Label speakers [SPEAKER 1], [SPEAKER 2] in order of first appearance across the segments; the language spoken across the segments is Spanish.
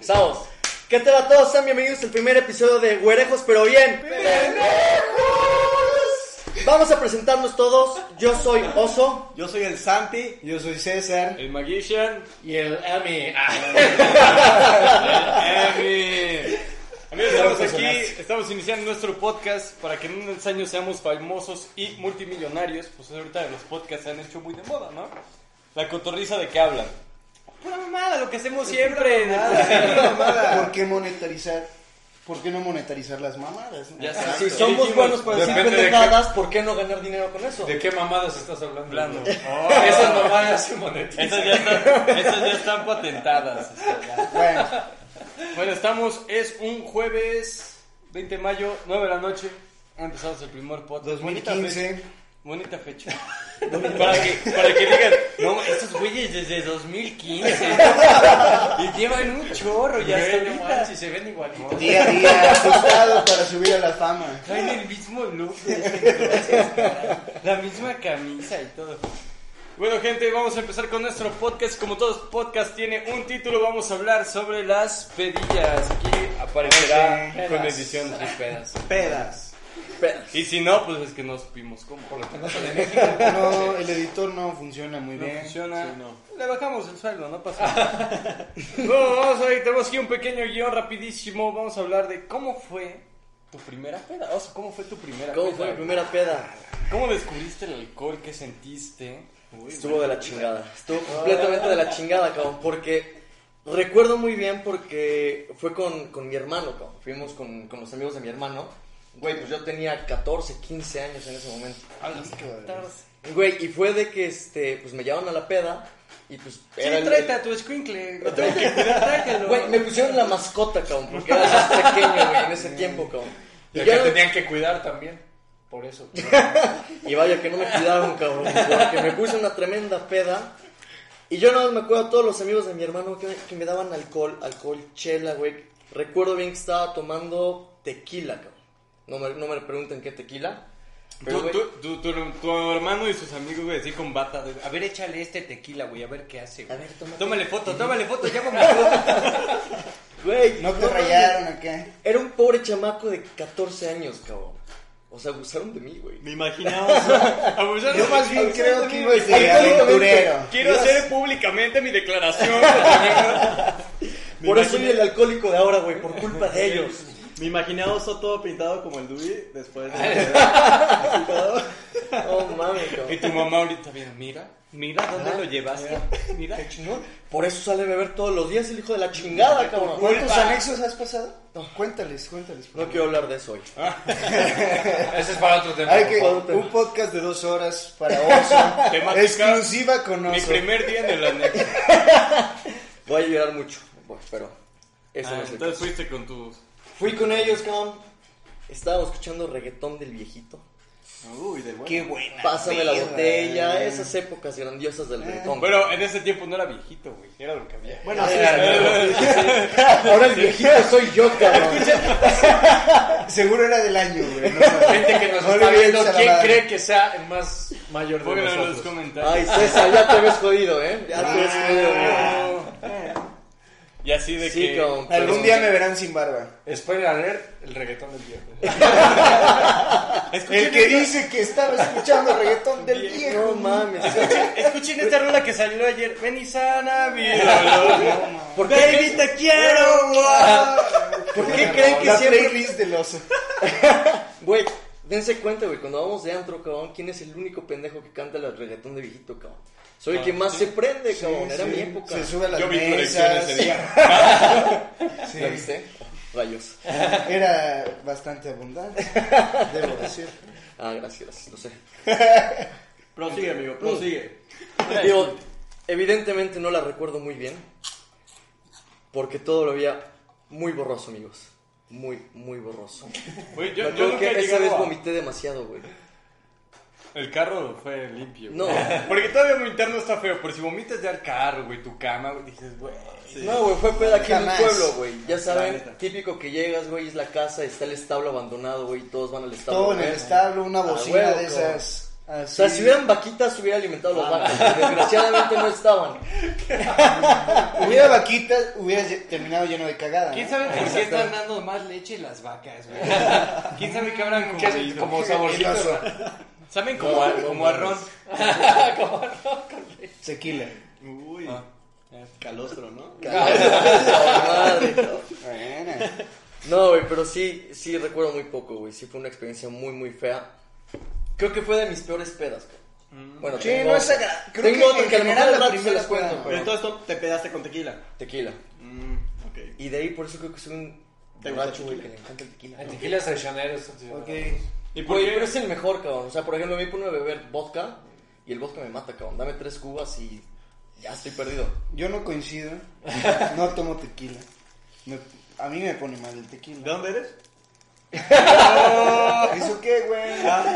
[SPEAKER 1] Estamos. ¿Qué tal a este todos? Sean bienvenidos al primer episodio de Güerejos, pero bien. ¡Pendejos! Vamos a presentarnos todos. Yo soy Oso.
[SPEAKER 2] Yo soy el Santi.
[SPEAKER 3] Yo soy César.
[SPEAKER 4] El Magician.
[SPEAKER 5] Y el Emi.
[SPEAKER 4] Emi. Amigos, estamos aquí, estamos iniciando nuestro podcast para que en unos años seamos famosos y multimillonarios. Pues ahorita los podcasts se han hecho muy de moda, ¿no? La cotorriza de que hablan. Pura mamada, lo que hacemos siempre.
[SPEAKER 3] ¿Por qué monetarizar? ¿Por qué no monetarizar las mamadas? no?
[SPEAKER 4] Ya sé.
[SPEAKER 1] Si
[SPEAKER 4] Exacto.
[SPEAKER 1] somos
[SPEAKER 4] Dijimos,
[SPEAKER 1] buenos para decir
[SPEAKER 5] depende de qué-
[SPEAKER 1] pendejadas, ¿por qué no ganar dinero con eso?
[SPEAKER 5] ¿De qué mamadas estás hablando?
[SPEAKER 4] Hablando.
[SPEAKER 5] Esas mamadas se monetizan.
[SPEAKER 4] Esas ya están, esas ya están patentadas. o
[SPEAKER 5] este,
[SPEAKER 4] sea, ya.
[SPEAKER 3] Bueno,
[SPEAKER 4] Bueno, estamos, es un jueves 20 de mayo, 9 de la noche. Empezamos el primer podcast. Bonita
[SPEAKER 3] 2015.
[SPEAKER 4] Bonita fecha. para, que, para que digan, no, estos güeyes desde 2015. y llevan un chorro ya hasta
[SPEAKER 5] Güey, no
[SPEAKER 4] ahorita.
[SPEAKER 5] manches, se ven igualitos.
[SPEAKER 3] Día a día, ajustado para subir a la fama.
[SPEAKER 4] Traen el mismo look. este entonces, caray. la misma camisa y todo. Bueno, gente, vamos a empezar con nuestro podcast. Como todos podcast tiene un título, vamos a hablar sobre las pedillas. Aquí aparecerá
[SPEAKER 3] Ok,
[SPEAKER 4] con
[SPEAKER 3] pedas.
[SPEAKER 4] edición de pedas.
[SPEAKER 3] Pedas.
[SPEAKER 4] Y si no, pues es que no supimos cómo.
[SPEAKER 3] No, el editor no funciona muy
[SPEAKER 4] No
[SPEAKER 3] bien.
[SPEAKER 4] funciona. Le bajamos el sueldo, no pasa nada. bueno, vamos a ver, tenemos aquí un pequeño guión rapidísimo. Vamos a hablar de cómo fue tu primera peda. O sea, cómo fue tu primera
[SPEAKER 1] ¿Cómo
[SPEAKER 4] peda.
[SPEAKER 1] fue mi primera peda?
[SPEAKER 4] ¿Cómo descubriste el alcohol? ¿Qué sentiste? Uy,
[SPEAKER 1] Estuvo de la chingada. Estuvo completamente de la chingada, cabrón. Porque recuerdo muy bien porque fue con, con mi hermano, cabrón. Fuimos con, con los amigos de mi hermano. Güey, pues yo tenía 14, 15 años en ese momento.
[SPEAKER 4] a las catarse.
[SPEAKER 1] Güey, y fue de que, este, pues me llevaron a la peda y pues...
[SPEAKER 4] Sí,
[SPEAKER 1] el-
[SPEAKER 4] tráete a tu escuincle. Tráete- Tráetelo.
[SPEAKER 1] Güey, me pusieron la mascota, cabrón, porque era más pequeño, güey, en ese tiempo, cabrón. Y,
[SPEAKER 5] De
[SPEAKER 1] ya
[SPEAKER 5] que
[SPEAKER 1] no-
[SPEAKER 5] tenían que cuidar también. Por eso.
[SPEAKER 1] y vaya que no me cuidaron, cabrón, porque me puse una tremenda peda. Y yo nada más me acuerdo a todos los amigos de mi hermano que, que me daban alcohol, alcohol, chela, güey. Recuerdo bien que estaba tomando tequila, cabrón. No me, no me pregunten qué tequila. Pero,
[SPEAKER 4] Tu,
[SPEAKER 1] güey,
[SPEAKER 4] tu, tu, tu- tu hermano y sus amigos, güey, así con bata. de, a ver, échale este tequila, güey, a ver qué hace.
[SPEAKER 1] A
[SPEAKER 4] güey".
[SPEAKER 1] ver, toma.
[SPEAKER 4] Tómale foto, tómale foto, ya vamos a
[SPEAKER 1] Güey,
[SPEAKER 3] No te
[SPEAKER 1] mames.
[SPEAKER 3] rayaron acá.
[SPEAKER 1] Era un pobre chamaco de 14 años, cabrón. O sea, abusaron de mí, güey.
[SPEAKER 4] Me imaginaba. o sea, abusando-
[SPEAKER 3] Yo más bien
[SPEAKER 4] abusando
[SPEAKER 3] creo
[SPEAKER 4] de
[SPEAKER 3] que
[SPEAKER 4] mí,
[SPEAKER 3] ibas
[SPEAKER 4] güey.
[SPEAKER 3] de aventurero.
[SPEAKER 4] Quiero
[SPEAKER 1] Ibas-
[SPEAKER 4] hacer públicamente mi declaración. güey. Me
[SPEAKER 1] Por eso soy
[SPEAKER 4] imaginé-
[SPEAKER 1] el alcohólico de ahora, güey, por culpa de ellos.
[SPEAKER 2] Me imaginé a Oso todo pintado como el Dewey después de...
[SPEAKER 1] No mames, cabrón.
[SPEAKER 4] Y tu mamá ahorita bien, mira, mira dónde lo llevaste. Mira.
[SPEAKER 1] Qué chingón. Por eso sale a beber todos los días el hijo de la chingada, cabrón.
[SPEAKER 3] ¿Cuántos anexos has pasado? Cuéntales, cuéntales. por
[SPEAKER 1] No quiero hablar de eso hoy.
[SPEAKER 5] Ese es para otro tema.
[SPEAKER 3] Hay que
[SPEAKER 1] favor, te-
[SPEAKER 3] un podcast de dos horas para Oso.
[SPEAKER 4] Temática-
[SPEAKER 3] exclusiva con
[SPEAKER 4] Mi
[SPEAKER 3] Oso.
[SPEAKER 4] primer día en el anexo.
[SPEAKER 1] Voy a llorar mucho, pues, pero eso
[SPEAKER 4] Ah,
[SPEAKER 1] no es el
[SPEAKER 4] entonces fuiste con tus.
[SPEAKER 1] caso. Fui con ellos, cabrón. Estábamos escuchando reggaetón del viejito.
[SPEAKER 2] Uy, de bueno.
[SPEAKER 3] Qué buena.
[SPEAKER 1] Pásame la
[SPEAKER 3] peda.
[SPEAKER 1] botella, esas épocas grandiosas del reggaetón.
[SPEAKER 4] Bueno, en ese tiempo no era viejito, güey. Era lo que había.
[SPEAKER 3] Bueno, sí, ahora el viejito soy yo, cabrón. Seguro era del año, güey. no mames.
[SPEAKER 5] Gente que nos
[SPEAKER 3] No le
[SPEAKER 5] está
[SPEAKER 3] vienes
[SPEAKER 5] viendo,
[SPEAKER 3] a la
[SPEAKER 5] ¿quién
[SPEAKER 3] madre.
[SPEAKER 5] cree que sea el más mayor de
[SPEAKER 4] Pónganlo en los
[SPEAKER 5] nosotros?
[SPEAKER 4] comentarios.
[SPEAKER 1] Ay, César, ya te ves jodido, ¿eh? Ya te ves
[SPEAKER 3] Ah,
[SPEAKER 1] jodido, güey.
[SPEAKER 4] Y así de
[SPEAKER 1] Sí,
[SPEAKER 4] que.
[SPEAKER 1] cabrón. pero-
[SPEAKER 3] Algún día me verán sin barba.
[SPEAKER 5] Spoiler alert, el reggaetón del viernes.
[SPEAKER 4] Escuchen
[SPEAKER 3] El que
[SPEAKER 4] esta-
[SPEAKER 3] dice que estaba escuchando reggaetón del
[SPEAKER 1] No
[SPEAKER 3] viejo.
[SPEAKER 1] mames.
[SPEAKER 4] Escuchen esta rola que salió ayer. Ven y sana mi dolor.
[SPEAKER 1] ¿Por qué,
[SPEAKER 4] Baby, te quiero.
[SPEAKER 1] ¿por qué creen que
[SPEAKER 3] La
[SPEAKER 1] siempre
[SPEAKER 3] playlist del oso.
[SPEAKER 1] Güey, dense cuenta, güey, cuando vamos de antro, cabrón, ¿quién es el único pendejo que canta el reggaetón de viejito, cabrón? Soy el
[SPEAKER 4] Ah,
[SPEAKER 1] que más se prende, cabrón, era
[SPEAKER 3] Sí,
[SPEAKER 1] mi época.
[SPEAKER 3] Se sube a las
[SPEAKER 4] Yo vi tu elección
[SPEAKER 3] mesas.
[SPEAKER 4] ese día.
[SPEAKER 3] Sí,
[SPEAKER 1] ¿La viste? Rayos.
[SPEAKER 3] Era bastante abundante, debo decir.
[SPEAKER 1] Ah, gracias, lo sé.
[SPEAKER 2] Prosigue, amigo, prosigue.
[SPEAKER 1] Digo, evidentemente no la recuerdo muy bien, porque todo lo veía muy borroso, amigos. Muy, muy borroso.
[SPEAKER 4] Güey,
[SPEAKER 1] Me
[SPEAKER 4] yo, yo
[SPEAKER 1] acuerdo
[SPEAKER 4] nunca
[SPEAKER 1] que
[SPEAKER 4] he
[SPEAKER 1] esa vez
[SPEAKER 4] llegado a-
[SPEAKER 1] vomité demasiado, güey.
[SPEAKER 4] El carro fue limpio.
[SPEAKER 1] No.
[SPEAKER 4] güey. Porque todavía vomitar no está feo. Por si vomitas ya el carro, güey, tu cama, güey, dices, güey.
[SPEAKER 1] No, güey, fue peda aquí
[SPEAKER 3] Jamás.
[SPEAKER 1] en el pueblo, güey. Ya saben,
[SPEAKER 2] neta.
[SPEAKER 1] típico que llegas, güey, es la casa, está el establo abandonado, güey, y todos van al establo.
[SPEAKER 3] Todo en
[SPEAKER 1] güey.
[SPEAKER 3] el establo, una
[SPEAKER 1] Ah,
[SPEAKER 3] bocina
[SPEAKER 1] huevo,
[SPEAKER 3] de
[SPEAKER 1] cabrón.
[SPEAKER 3] esas
[SPEAKER 1] O sea, si
[SPEAKER 3] Así-
[SPEAKER 1] hubieran vaquitas, hubiera alimentado a
[SPEAKER 3] Ah,
[SPEAKER 1] los vacas. pero Desgraciadamente no estaban.
[SPEAKER 3] Hubiera vaquitas, hubieras lle- terminado lleno de cagada. ¿no?
[SPEAKER 4] ¿Quién sabe por qué están dando más leche las vacas, güey? ¿Quién sabe qué habrán
[SPEAKER 5] ¿Qué hacen?
[SPEAKER 4] comido?
[SPEAKER 5] Como saborcito. ¿no?
[SPEAKER 4] ¿Saben como, a- como arroz?
[SPEAKER 3] Tequila.
[SPEAKER 2] Uy.
[SPEAKER 4] Ah.
[SPEAKER 2] Calostro, ¿no?
[SPEAKER 1] Madre, ¿no?
[SPEAKER 3] Bueno.
[SPEAKER 1] No, güey, pero sí, sí recuerdo muy poco, güey. Sí fue una experiencia muy, muy fea. Creo que fue de mis peores pedas, güey.
[SPEAKER 2] Mm.
[SPEAKER 1] Bueno,
[SPEAKER 3] Sí,
[SPEAKER 1] tengo
[SPEAKER 3] no es
[SPEAKER 1] otra.
[SPEAKER 3] agra- creo
[SPEAKER 1] Tengo
[SPEAKER 3] que
[SPEAKER 1] otra
[SPEAKER 3] en
[SPEAKER 1] que a lo
[SPEAKER 3] general
[SPEAKER 1] mejor al
[SPEAKER 3] la
[SPEAKER 1] rato se
[SPEAKER 3] primera
[SPEAKER 1] las cuento,
[SPEAKER 3] peda.
[SPEAKER 1] pero-
[SPEAKER 2] Pero todo esto te pedaste con tequila.
[SPEAKER 1] Tequila.
[SPEAKER 2] Mm, ok.
[SPEAKER 1] Y de ahí por eso creo que soy un
[SPEAKER 2] ¿Te gusta
[SPEAKER 1] borracho, güey,
[SPEAKER 2] tequila?
[SPEAKER 1] que le encanta el tequila.
[SPEAKER 5] Hay tequilas traicioneros.
[SPEAKER 3] Ok.
[SPEAKER 4] ¿Y por
[SPEAKER 1] Güey,
[SPEAKER 4] qué?
[SPEAKER 1] pero es el mejor, cabrón. O sea, por ejemplo, a mí me pone a beber vodka y el vodka me mata, cabrón. Dame tres cubas y ya estoy perdido.
[SPEAKER 3] Yo no coincido. No tomo tequila. Me- a mí me pone mal el
[SPEAKER 2] ¿De
[SPEAKER 3] tequila. Oh,
[SPEAKER 2] dónde eres?
[SPEAKER 3] ¿Eso qué, güey?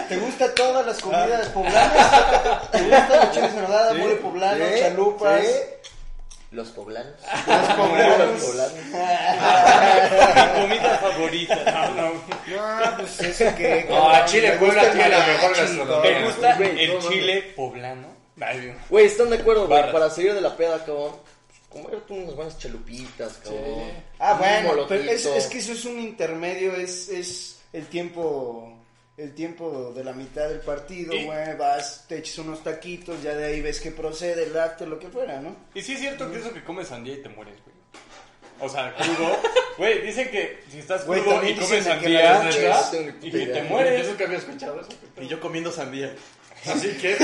[SPEAKER 3] ¿Te gustan todas las comidas poblanas? ¿Te gustan los chiles en nogada, mole poblano,
[SPEAKER 1] Sí.
[SPEAKER 3] chalupas?
[SPEAKER 1] Sí. Los poblanos.
[SPEAKER 3] Los
[SPEAKER 1] Los
[SPEAKER 3] poblanos.
[SPEAKER 1] poblanos.
[SPEAKER 4] Mi comida favorita. No, no.
[SPEAKER 3] No, pues eso qué.
[SPEAKER 5] No, a Chile
[SPEAKER 3] Me gusta
[SPEAKER 5] Puebla
[SPEAKER 3] el
[SPEAKER 5] tiene la
[SPEAKER 3] mariachi,
[SPEAKER 5] mejor
[SPEAKER 4] ¿Te
[SPEAKER 5] gastronomía.
[SPEAKER 4] gusta
[SPEAKER 1] Güey,
[SPEAKER 4] el
[SPEAKER 1] no, no,
[SPEAKER 4] chile poblano? Ay,
[SPEAKER 1] Güey, ¿están de acuerdo, güey?
[SPEAKER 4] Barras.
[SPEAKER 1] Para salir de la peda, cabrón, comer tú unas buenas chalupitas, cabrón.
[SPEAKER 3] Ah,
[SPEAKER 1] Un
[SPEAKER 3] bueno,
[SPEAKER 1] molotito.
[SPEAKER 3] pero es, es que eso es un intermedio, es, es el tiempo el tiempo de la mitad del partido,
[SPEAKER 4] Y-
[SPEAKER 3] güey, vas, te echas unos taquitos, ya de ahí ves que procede el after, lo que fuera, ¿no?
[SPEAKER 4] Y sí es cierto que eso que comes sandía y te mueres, güey. O sea, crudo. Güey, dicen que si estás
[SPEAKER 3] Güey,
[SPEAKER 4] crudo y
[SPEAKER 3] también
[SPEAKER 4] comes
[SPEAKER 3] dicen de que
[SPEAKER 4] sandía,
[SPEAKER 3] la
[SPEAKER 1] noche
[SPEAKER 4] ¿verdad?
[SPEAKER 1] es una puta
[SPEAKER 4] Y que te
[SPEAKER 1] idea.
[SPEAKER 5] Yo
[SPEAKER 4] mueres.
[SPEAKER 5] nunca había escuchado eso.
[SPEAKER 2] Y yo comiendo sandía.
[SPEAKER 5] Así que.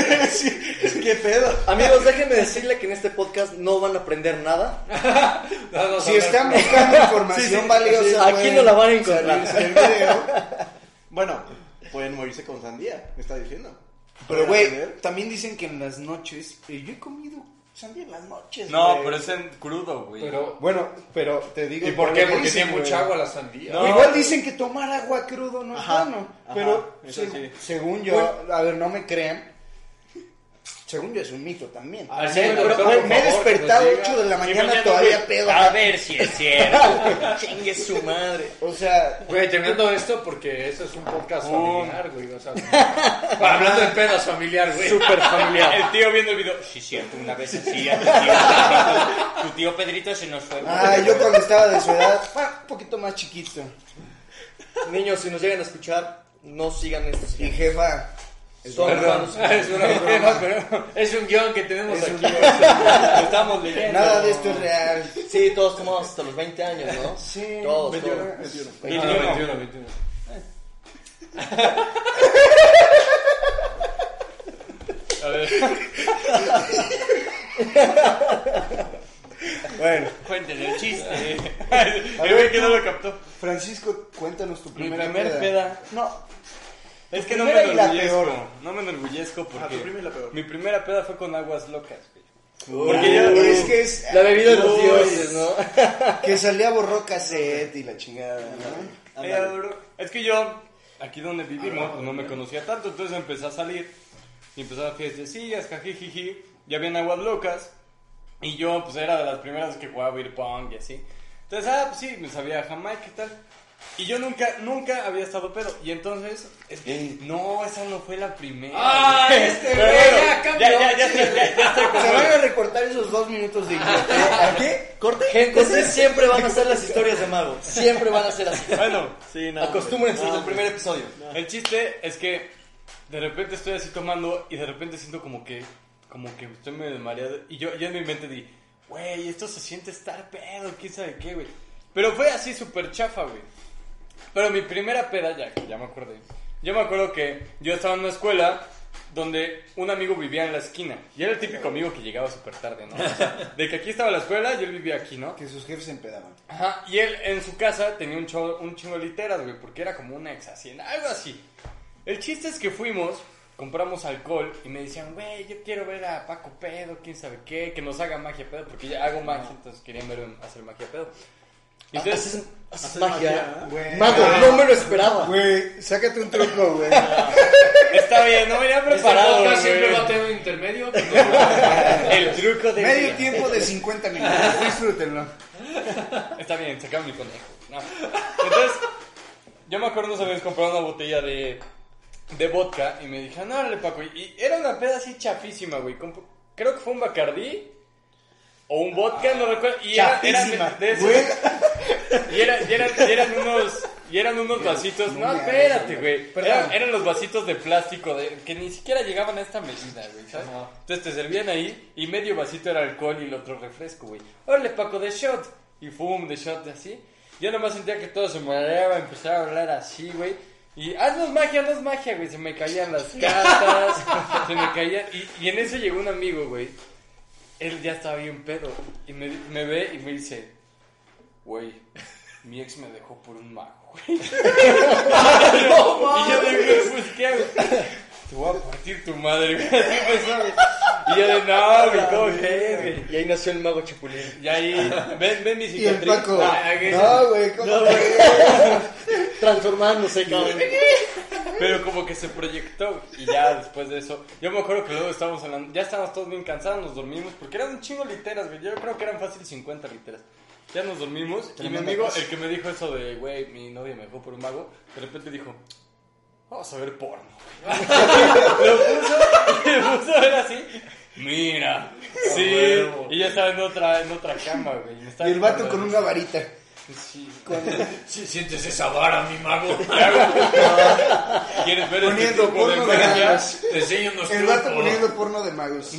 [SPEAKER 2] ¿Qué pedo?
[SPEAKER 1] Amigos, déjenme decirle que en este podcast no van a aprender nada.
[SPEAKER 3] Ah,
[SPEAKER 5] No, no,
[SPEAKER 3] Si
[SPEAKER 5] no,
[SPEAKER 3] están
[SPEAKER 5] no.
[SPEAKER 3] buscando información valiosa,
[SPEAKER 1] sí. Aquí
[SPEAKER 3] güey,
[SPEAKER 1] no la van a encontrar.
[SPEAKER 3] salirse del video.
[SPEAKER 2] Bueno, pueden morirse con sandía, me está diciendo.
[SPEAKER 3] Pero, güey, también dicen que en las noches, eh, yo he comido sandía en las noches,
[SPEAKER 4] No,
[SPEAKER 3] güey.
[SPEAKER 4] pero es en crudo, güey.
[SPEAKER 5] Pero.
[SPEAKER 3] Bueno, pero te digo...
[SPEAKER 5] ¿Y por qué?
[SPEAKER 3] lo
[SPEAKER 5] Porque
[SPEAKER 3] dicen,
[SPEAKER 5] tiene
[SPEAKER 3] güey.
[SPEAKER 5] mucha agua la sandía.
[SPEAKER 4] No.
[SPEAKER 3] Igual dicen que tomar agua crudo no es
[SPEAKER 2] Ajá,
[SPEAKER 3] bueno,
[SPEAKER 2] ajá,
[SPEAKER 3] pero
[SPEAKER 2] eso
[SPEAKER 3] seg-
[SPEAKER 2] sí.
[SPEAKER 3] según yo, a ver, no me crean. Según yo es un mito también.
[SPEAKER 5] Ah, sí,
[SPEAKER 3] Pero,
[SPEAKER 5] doctor,
[SPEAKER 3] güey,
[SPEAKER 5] por
[SPEAKER 3] me he
[SPEAKER 5] favor, que
[SPEAKER 3] despertado
[SPEAKER 5] nos
[SPEAKER 3] 8
[SPEAKER 5] diga.
[SPEAKER 3] de la
[SPEAKER 4] Y
[SPEAKER 3] mañana
[SPEAKER 4] mañana,
[SPEAKER 3] todavía
[SPEAKER 4] güey,
[SPEAKER 3] pedo.
[SPEAKER 4] A ver si es cierto.
[SPEAKER 1] Chingue su madre.
[SPEAKER 3] O sea,
[SPEAKER 5] Güey, terminando esto, porque eso es un podcast
[SPEAKER 4] Oh.
[SPEAKER 5] familiar, güey. O sea, hablando de pedas familiar, güey.
[SPEAKER 4] Súper familiar. El tío viendo el video. Sí, cierto, una vez así. a tu tío Pedrito- Tu tío Pedrito se nos fue.
[SPEAKER 3] ah, yo cuando estaba de su edad, ah, un poquito más chiquito.
[SPEAKER 1] Niños, si nos llegan a escuchar, no sigan estos
[SPEAKER 3] Y
[SPEAKER 1] gigantes.
[SPEAKER 3] jefa, es
[SPEAKER 1] Son
[SPEAKER 3] broma.
[SPEAKER 1] raros.
[SPEAKER 5] Es una broma, pero es un guión que tenemos
[SPEAKER 3] Es un
[SPEAKER 5] aquí.
[SPEAKER 4] Lo estamos leyendo.
[SPEAKER 3] nada de esto es real.
[SPEAKER 1] Sí, todos tomamos hasta los 20 años, ¿no?
[SPEAKER 3] Sí,
[SPEAKER 1] Todos, todos.
[SPEAKER 3] 21,
[SPEAKER 4] 21.
[SPEAKER 5] 21, 21.
[SPEAKER 4] A ver,
[SPEAKER 3] Bueno,
[SPEAKER 4] cuenten el chiste. Yo ve que no lo captó.
[SPEAKER 3] Francisco, cuéntanos tu
[SPEAKER 4] Mi
[SPEAKER 3] primera
[SPEAKER 4] primer
[SPEAKER 3] peda.
[SPEAKER 4] peda.
[SPEAKER 3] No,
[SPEAKER 4] Es
[SPEAKER 3] Tu
[SPEAKER 4] que no me
[SPEAKER 3] primera y la
[SPEAKER 4] enorgullezco.
[SPEAKER 3] peor.
[SPEAKER 4] No me
[SPEAKER 5] Ah,
[SPEAKER 4] enorgullezco
[SPEAKER 2] Ajá, tu
[SPEAKER 4] porque
[SPEAKER 2] primera y la peor.
[SPEAKER 4] mi primera peda fue con aguas locas. güey.
[SPEAKER 3] Uy,
[SPEAKER 4] ya-
[SPEAKER 3] es que es
[SPEAKER 1] La bebida de los
[SPEAKER 3] Uy,
[SPEAKER 1] dioses, ¿no?
[SPEAKER 3] que salía borró cassette y la chingada, ¿no?
[SPEAKER 4] Eh, bro, es que yo, aquí donde vivimos, pues no me conocía tanto, entonces empecé a salir y empezaban fiestecillas, jajijiji, ya habían aguas locas y yo pues era de las primeras que jugaba beer pong y así. Entonces, ah, pues sí, me sabía Jamaica y tal. Y yo nunca, nunca había estado pedo. Y entonces, es que, no, esa no fue la primera.
[SPEAKER 5] Ah,
[SPEAKER 4] güey.
[SPEAKER 5] este
[SPEAKER 4] Pero
[SPEAKER 5] güey,
[SPEAKER 4] bueno,
[SPEAKER 5] ya cambió.
[SPEAKER 4] Ya, ya, ya, estoy- ya, ya estoy
[SPEAKER 3] Se
[SPEAKER 4] con-
[SPEAKER 3] van a recortar esos dos minutos de ¿A qué?
[SPEAKER 1] Corte. Gente, así siempre van a ser las historias de mago. Siempre van a ser así.
[SPEAKER 4] Bueno,
[SPEAKER 2] Sí, no,
[SPEAKER 1] Acostúmbrense desde
[SPEAKER 2] güey.
[SPEAKER 1] el
[SPEAKER 2] No,
[SPEAKER 1] primer episodio.
[SPEAKER 4] El chiste es que de repente estoy así tomando y de repente siento como que, como que estoy medio mareado. Y yo, yo en mi mente di, güey, esto se siente estar pedo, quién sabe qué, güey. Pero fue así súper chafa, güey. Pero mi primera peda, ya, ya me acordé. Yo me acuerdo que yo estaba en una escuela donde un amigo vivía en la esquina. Y era el típico amigo que llegaba súper tarde, ¿no? O sea, de que aquí estaba la escuela y él vivía aquí, ¿no?
[SPEAKER 3] Que sus jefes se empedaban.
[SPEAKER 4] Ajá, y él en su casa tenía un, cho- un chingo de literas, güey, porque era como una ex hacienda, algo así. El chiste es que fuimos, compramos alcohol y me decían, güey, yo quiero ver a Paco Pedo, quién sabe qué, que nos haga magia pedo, porque ya hago magia, entonces querían verme hacer magia pedo. Y
[SPEAKER 3] Ah,
[SPEAKER 4] entonces,
[SPEAKER 1] Haces, haces
[SPEAKER 2] haces
[SPEAKER 1] magia.
[SPEAKER 2] magia,
[SPEAKER 3] ¿eh?
[SPEAKER 1] Mago, no me lo esperaba.
[SPEAKER 3] Güey, sácate un truco, güey.
[SPEAKER 4] está bien, no venía
[SPEAKER 5] Este
[SPEAKER 4] preparado,
[SPEAKER 5] podcast siempre va a
[SPEAKER 4] güey.
[SPEAKER 5] tener un intermedio.
[SPEAKER 4] El truco de...
[SPEAKER 3] Medio tiempo de 50 minutos, disfrútenlo.
[SPEAKER 4] Está bien, sacaron mi conejo. No. Entonces, yo me acuerdo nos habíamos comprado una botella de, de vodka y me dijeron, órale, Paco. Y era una peda así chafísima, güey. Comp- Creo que fue un Bacardí o un vodka, no recuerdo. Y era- eran
[SPEAKER 3] Chafísima,
[SPEAKER 4] de- de esos-
[SPEAKER 3] güey.
[SPEAKER 4] y, era- y eran, y eran unos. Y eran unos vasitos. No, espérate, güey.
[SPEAKER 3] Perdón.
[SPEAKER 4] Eran, eran los vasitos de plástico de- que ni siquiera llegaban a esta medida, güey. ¿sabes? Entonces te servían ahí y medio vasito era alcohol y el otro refresco, güey. Órale, Paco, de shot. Y fum, de shot, así. Yo nomás sentía que todo se mareaba, empezaba a hablar así, güey. Y haznos magia, haznos magia, güey. Se me caían las cartas, se me caían. Y, y en eso llegó un amigo, güey. Él ya estaba bien pedo. Y me, me ve y me dice, Güey, mi ex me dejó por un mago, güey. y yo dije, pues, ¿qué hago? Te voy a partir tu madre, güey. Así empezó, güey. Y yo de, no, güey, ¿cómo crees, güey?
[SPEAKER 1] Y ahí nació el mago Chapulín.
[SPEAKER 4] Y ahí, ven, ven mi
[SPEAKER 3] Y el
[SPEAKER 4] cicatriz.
[SPEAKER 3] Paco.
[SPEAKER 4] Ah, que-
[SPEAKER 3] No, güey, ¿cómo?
[SPEAKER 1] Transformándose, cabrón.
[SPEAKER 4] Pero como que se proyectó, güey. Y ya después de eso, yo me acuerdo que luego estábamos hablando, ya estábamos todos bien cansados, nos dormimos, porque eran un chingo literas, güey. Yo creo que eran fácil 50 literas. Ya nos dormimos y mi amigo, el que me dijo eso de, güey, mi novia me dejó por un mago, de repente dijo, vamos a ver porno. lo puso, lo puso a ver así. Mira, sí.
[SPEAKER 5] huevo.
[SPEAKER 4] Y ya estaba en otra, en otra cama, güey. Me estaba
[SPEAKER 3] Y el vato
[SPEAKER 4] diciendo,
[SPEAKER 3] con una varita.
[SPEAKER 4] Sí.
[SPEAKER 5] Si sientes esa vara, mi mago.
[SPEAKER 4] ¿Quieres ver
[SPEAKER 3] Poniendo
[SPEAKER 4] este tipo de
[SPEAKER 3] porno de
[SPEAKER 4] magia?
[SPEAKER 3] ganas.
[SPEAKER 5] Te enseño unos
[SPEAKER 3] El vato
[SPEAKER 5] trucos.
[SPEAKER 3] poniendo porno de magos.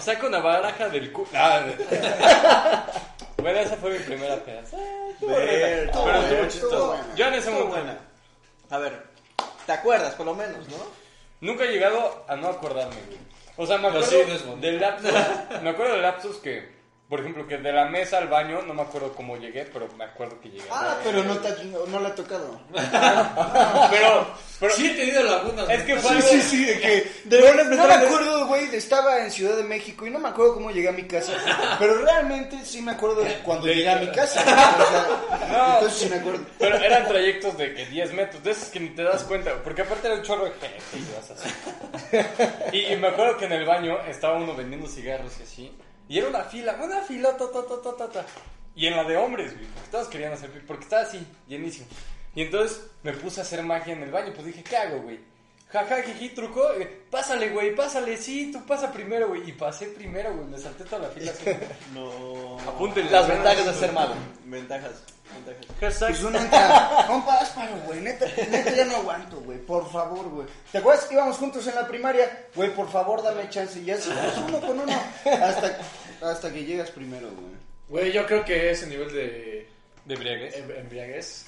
[SPEAKER 4] Saca una baraja del culo. bueno, esa fue mi primera peda.
[SPEAKER 2] Ver,
[SPEAKER 4] Pero estuvo
[SPEAKER 2] ver,
[SPEAKER 4] chistoso.
[SPEAKER 2] todo buena.
[SPEAKER 4] Yo en ese
[SPEAKER 2] Todo
[SPEAKER 4] momento
[SPEAKER 2] buena. A ver, ¿te acuerdas por lo menos, no?
[SPEAKER 4] nunca he llegado a no acordarme. güey. O sea, me
[SPEAKER 5] Pero
[SPEAKER 4] acuerdo
[SPEAKER 5] sí, es bonito.
[SPEAKER 4] del lapsus. Me acuerdo del lapsus que, por ejemplo, que de la mesa al baño, no me acuerdo cómo llegué, pero me acuerdo que llegué.
[SPEAKER 3] Ah, pero no, te ha- no, no la ha tocado.
[SPEAKER 4] Pero, pero
[SPEAKER 5] Sí he tenido lagunas.
[SPEAKER 4] es que
[SPEAKER 5] güey.
[SPEAKER 4] fue algo.
[SPEAKER 3] sí, de que... no me acuerdo, güey, estaba en Ciudad de México y no me acuerdo cómo llegué a mi casa. Pero realmente sí me acuerdo de cuando llegué a mi casa. O sea,
[SPEAKER 4] No.
[SPEAKER 3] Entonces sí me acuerdo.
[SPEAKER 4] Pero eran trayectos de que 10 metros, de esos que ni te das cuenta, güey, porque aparte era un chorro de gente y vas así. Y, y me acuerdo que en el baño estaba uno vendiendo cigarros y así, y era una fila, una fila, ta, ta, ta, ta, ta, ta. Y en la de hombres, güey, porque todos querían hacer pipí, porque estaba así, llenísimo. Y entonces me puse a hacer magia en el baño, pues dije, ¿qué hago, güey? Jaja, jiji, truco, eh, pásale, güey, pásale, sí, tú pasa primero, güey. Y pasé primero, güey, me salté toda la fila. Así.
[SPEAKER 2] No.
[SPEAKER 4] Apúntenle.
[SPEAKER 1] Las ventajas de ser mago.
[SPEAKER 2] Ventajas, ventajas.
[SPEAKER 4] Hashtag
[SPEAKER 3] Pues uno entra, compa, ásparo, güey, neta, neta, ya no aguanto, güey, por favor, güey. ¿Te acuerdas que íbamos juntos en la primaria? Güey, por favor, dame chance, ya se pues, uno con uno, hasta, hasta que llegas primero, güey.
[SPEAKER 5] Güey, yo creo que ese nivel de
[SPEAKER 4] de briegues.
[SPEAKER 5] em- embriaguez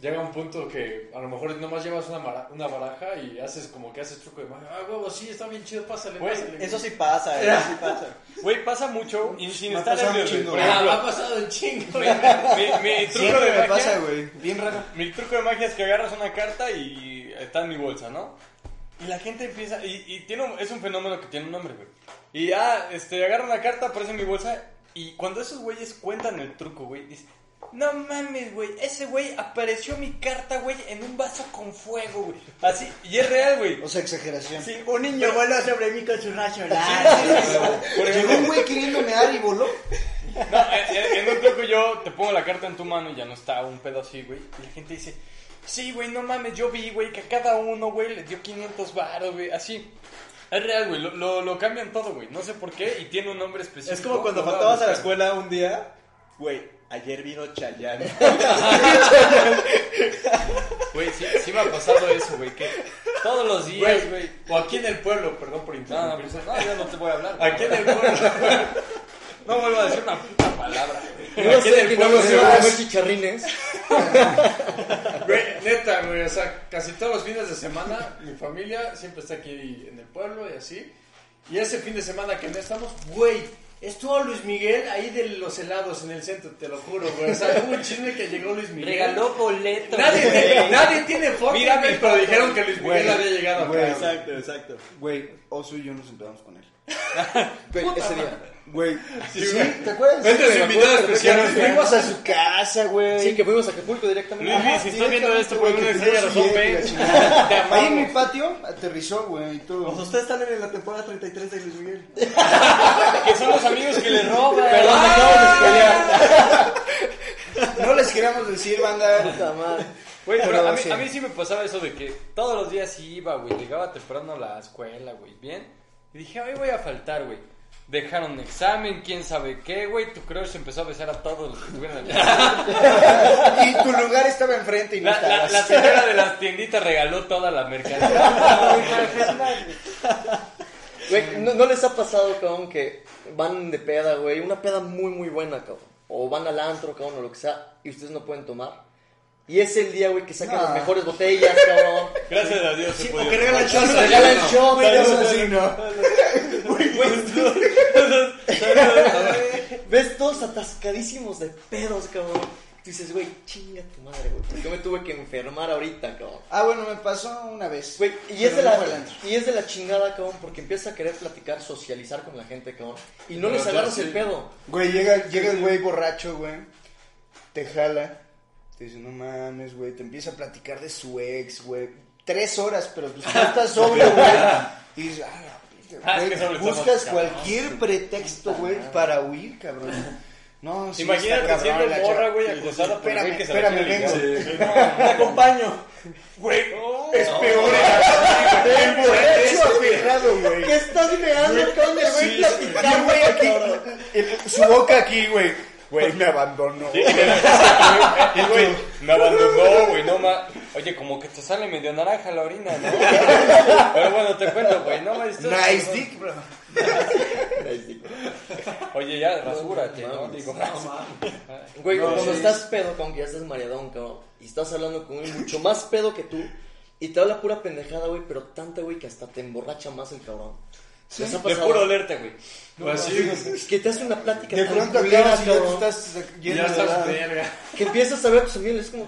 [SPEAKER 5] llega a un punto que a lo mejor nomás llevas una, mara- una baraja y haces como que haces truco de magia. Ah, huevo, sí, está bien chido, pásale,
[SPEAKER 4] Güey,
[SPEAKER 5] pásale.
[SPEAKER 2] Eso sí pasa, eh, eso sí pasa.
[SPEAKER 4] Güey, pasa mucho y sin
[SPEAKER 3] Me ha
[SPEAKER 4] estar
[SPEAKER 3] pasado
[SPEAKER 4] nervioso.
[SPEAKER 3] un chingo,
[SPEAKER 4] Por
[SPEAKER 3] güey.
[SPEAKER 5] Ah,
[SPEAKER 4] ejemplo,
[SPEAKER 5] me ha pasado en chingo.
[SPEAKER 4] mi, mi truco
[SPEAKER 3] Siempre
[SPEAKER 4] de
[SPEAKER 3] me
[SPEAKER 4] magia,
[SPEAKER 3] pasa, güey, bien raro.
[SPEAKER 4] mi truco de magia es que agarras una carta y está en mi bolsa, ¿no? Y la gente empieza y, y tiene un- es un fenómeno que tiene un nombre, güey. Y ah, este agarra una carta, aparece en mi bolsa y cuando esos güeyes cuentan el truco, güey, dicen no mames, güey, ese güey apareció mi carta, güey, en un vaso con fuego, güey. Así, y es real, güey.
[SPEAKER 3] O sea, exageración.
[SPEAKER 4] Sí,
[SPEAKER 2] Un niño vuela sobre mí con su rayo
[SPEAKER 4] por
[SPEAKER 3] Llegó un güey queriendo mear y voló.
[SPEAKER 4] No, en, en- en un truco yo te pongo la carta en tu mano y ya no está un pedo así, güey. Y la gente dice, sí, güey, no mames, yo vi, güey, que a cada uno, güey, les dio 500 baros, güey, así. Es real, güey, lo, lo- lo cambian todo, güey, no sé por qué, y tiene un nombre específico.
[SPEAKER 2] Es como cuando
[SPEAKER 4] Lo voy
[SPEAKER 2] faltabas a la
[SPEAKER 4] buscar.
[SPEAKER 2] escuela un día, güey, ayer vino Chayanne.
[SPEAKER 4] Güey, sí, sí me ha pasado eso, güey, que todos los días,
[SPEAKER 5] Güey,
[SPEAKER 4] güey.
[SPEAKER 5] O aquí en el pueblo, perdón por
[SPEAKER 4] No, no,
[SPEAKER 5] interrumpir.
[SPEAKER 4] pues, no, yo no te voy a hablar.
[SPEAKER 5] Aquí en el pueblo.
[SPEAKER 4] No vuelvo a decir una puta palabra, güey.
[SPEAKER 1] Yo
[SPEAKER 4] Aquí en
[SPEAKER 1] sé
[SPEAKER 4] el
[SPEAKER 1] que no
[SPEAKER 4] pueblo
[SPEAKER 1] nos
[SPEAKER 4] sí
[SPEAKER 1] iban
[SPEAKER 4] va-
[SPEAKER 1] a comer chicharrines.
[SPEAKER 5] Güey, neta, güey, o sea, casi todos los fines de semana mi familia siempre está aquí en el pueblo y así. Y ese fin de semana que no estamos, güey, estuvo Luis Miguel ahí de los helados en el centro, te lo juro, güey. O sea, hubo un chisme que llegó Luis Miguel.
[SPEAKER 4] boletos.
[SPEAKER 5] Nadie, tiene- nadie tiene foto,
[SPEAKER 4] Mira,
[SPEAKER 5] güey,
[SPEAKER 4] mi
[SPEAKER 5] pero
[SPEAKER 4] foto.
[SPEAKER 5] dijeron que Luis Miguel
[SPEAKER 3] Güey,
[SPEAKER 5] había llegado acá.
[SPEAKER 3] güey.
[SPEAKER 2] Exacto, exacto.
[SPEAKER 3] Güey, Oso y yo nos sentamos con él.
[SPEAKER 1] Güey, ese día.
[SPEAKER 3] Güey, sí, ¿te acuerdas?
[SPEAKER 5] Este es
[SPEAKER 3] Sí, me
[SPEAKER 5] invitado
[SPEAKER 3] acuerdo,
[SPEAKER 5] especial,
[SPEAKER 3] que Nos
[SPEAKER 5] güey.
[SPEAKER 3] fuimos a su casa, güey.
[SPEAKER 1] Sí, que fuimos a Acapulco directamente.
[SPEAKER 4] Luis,
[SPEAKER 1] Ajá.
[SPEAKER 4] si estás viendo esto, por una
[SPEAKER 3] Güey, que
[SPEAKER 4] estrella
[SPEAKER 3] te
[SPEAKER 4] los
[SPEAKER 3] dio
[SPEAKER 4] rompe.
[SPEAKER 3] billete,
[SPEAKER 4] Te
[SPEAKER 3] Ahí en mi
[SPEAKER 4] amamos.
[SPEAKER 3] patio aterrizó, güey, y todo.
[SPEAKER 2] Pues ustedes están en la temporada 33 de Luis Miguel.
[SPEAKER 4] Que son los amigos que le roban. Ah,
[SPEAKER 1] Perdón, me acabo de estallar.
[SPEAKER 3] No les queremos decir, banda.
[SPEAKER 1] Ah, Puta madre.
[SPEAKER 4] Güey, pero,
[SPEAKER 3] Pero
[SPEAKER 4] a, mí,
[SPEAKER 3] sí.
[SPEAKER 4] a mí sí me pasaba eso de que todos los días sí iba, güey. Llegaba temprano a la escuela, güey. Bien. Y dije, hoy voy a faltar, güey. Dejaron examen, quién sabe qué, güey. Tu crush empezó a besar a todos los que estuvieron en la
[SPEAKER 3] Y tu lugar estaba enfrente y no
[SPEAKER 4] La, la,
[SPEAKER 3] estabas.
[SPEAKER 4] la señora de las tienditas regaló toda la mercancía.
[SPEAKER 1] Güey, ¿no, no les ha pasado, cabrón, que van de peda, güey? Una peda muy, muy buena, cabrón. O van al antro, cabrón, o lo que sea, y ustedes no pueden tomar. Y es el día, güey, que sacan
[SPEAKER 3] No.
[SPEAKER 1] las mejores botellas, cabrón.
[SPEAKER 4] Gracias a Dios. se pudo.
[SPEAKER 1] Nos regalan shots,
[SPEAKER 3] Pero
[SPEAKER 1] cabrón.
[SPEAKER 3] así no.
[SPEAKER 1] Ves todos atascadísimos de pedos, cabrón. Tú dices, güey, chinga tu madre, güey. porque Yo me tuve que enfermar ahorita, cabrón.
[SPEAKER 3] Ah, bueno, me pasó una vez.
[SPEAKER 1] Güey, y, es
[SPEAKER 3] Pero
[SPEAKER 1] de
[SPEAKER 3] no
[SPEAKER 1] la,
[SPEAKER 3] fue al antro.
[SPEAKER 1] y es de la chingada, cabrón, porque empiezas a querer platicar, socializar con la gente, cabrón. Y no
[SPEAKER 5] Pero
[SPEAKER 1] les
[SPEAKER 5] ya
[SPEAKER 1] agarras
[SPEAKER 5] sí.
[SPEAKER 1] el pedo.
[SPEAKER 3] Güey, llega, llega el güey borracho, güey. Te jala. Te dice, no mames, güey. Te empieza a platicar de su ex, güey. Tres horas, pero pues tú estás sobrio, güey. Y dices, ah, la puta,
[SPEAKER 4] Ah, es
[SPEAKER 3] güey,
[SPEAKER 4] que sobrio
[SPEAKER 3] buscas
[SPEAKER 4] estamos, cabrón.
[SPEAKER 3] cualquier pretexto, güey, para huir, cabrón. No, sí,
[SPEAKER 4] Imagínate
[SPEAKER 3] está
[SPEAKER 4] siendo
[SPEAKER 3] la
[SPEAKER 4] morra,
[SPEAKER 3] chava.
[SPEAKER 4] güey, acosada por el güey
[SPEAKER 3] Espérame,
[SPEAKER 4] que se la
[SPEAKER 3] espérame,
[SPEAKER 4] quiere
[SPEAKER 3] vengo.
[SPEAKER 4] ligar.
[SPEAKER 5] Te acompaño. Güey, es peor.
[SPEAKER 3] El borracho aferrado, güey.
[SPEAKER 1] ¿Qué estás ideando, cabrón? El güey
[SPEAKER 5] sí,
[SPEAKER 1] platicando,
[SPEAKER 3] Y el güey aquí, el- su boca aquí, güey. Güey, me abandonó.
[SPEAKER 4] Y el güey me abandonó, güey, no ma. Oye, como que te sale medio naranja la orina, ¿no? Pero bueno, te cuento, güey, no ma. esto es-
[SPEAKER 3] Nice dick, bro.
[SPEAKER 4] Oye, ya, rasúrate, ¿no?
[SPEAKER 1] mames.
[SPEAKER 4] Digo,
[SPEAKER 1] Güey, cuando estás pedo, cabrón, que ya estás mareadón, cabrón, y estás hablando con un mucho más pedo que tú, y te habla pura pendejada, güey, pero tanta, güey, que hasta te emborracha más el cabrón. ¿Les ha
[SPEAKER 4] de
[SPEAKER 1] pasado?
[SPEAKER 4] puro olerte, güey.
[SPEAKER 5] así,
[SPEAKER 1] Que te hace una plática
[SPEAKER 3] De
[SPEAKER 1] tan
[SPEAKER 3] pronto
[SPEAKER 1] culera,
[SPEAKER 3] acabas y ya te
[SPEAKER 1] cabrón,
[SPEAKER 3] estás lleno
[SPEAKER 5] ya
[SPEAKER 3] de
[SPEAKER 5] estás
[SPEAKER 3] edad.
[SPEAKER 5] verga.
[SPEAKER 1] que empiezas a ver a tus amigos, es como,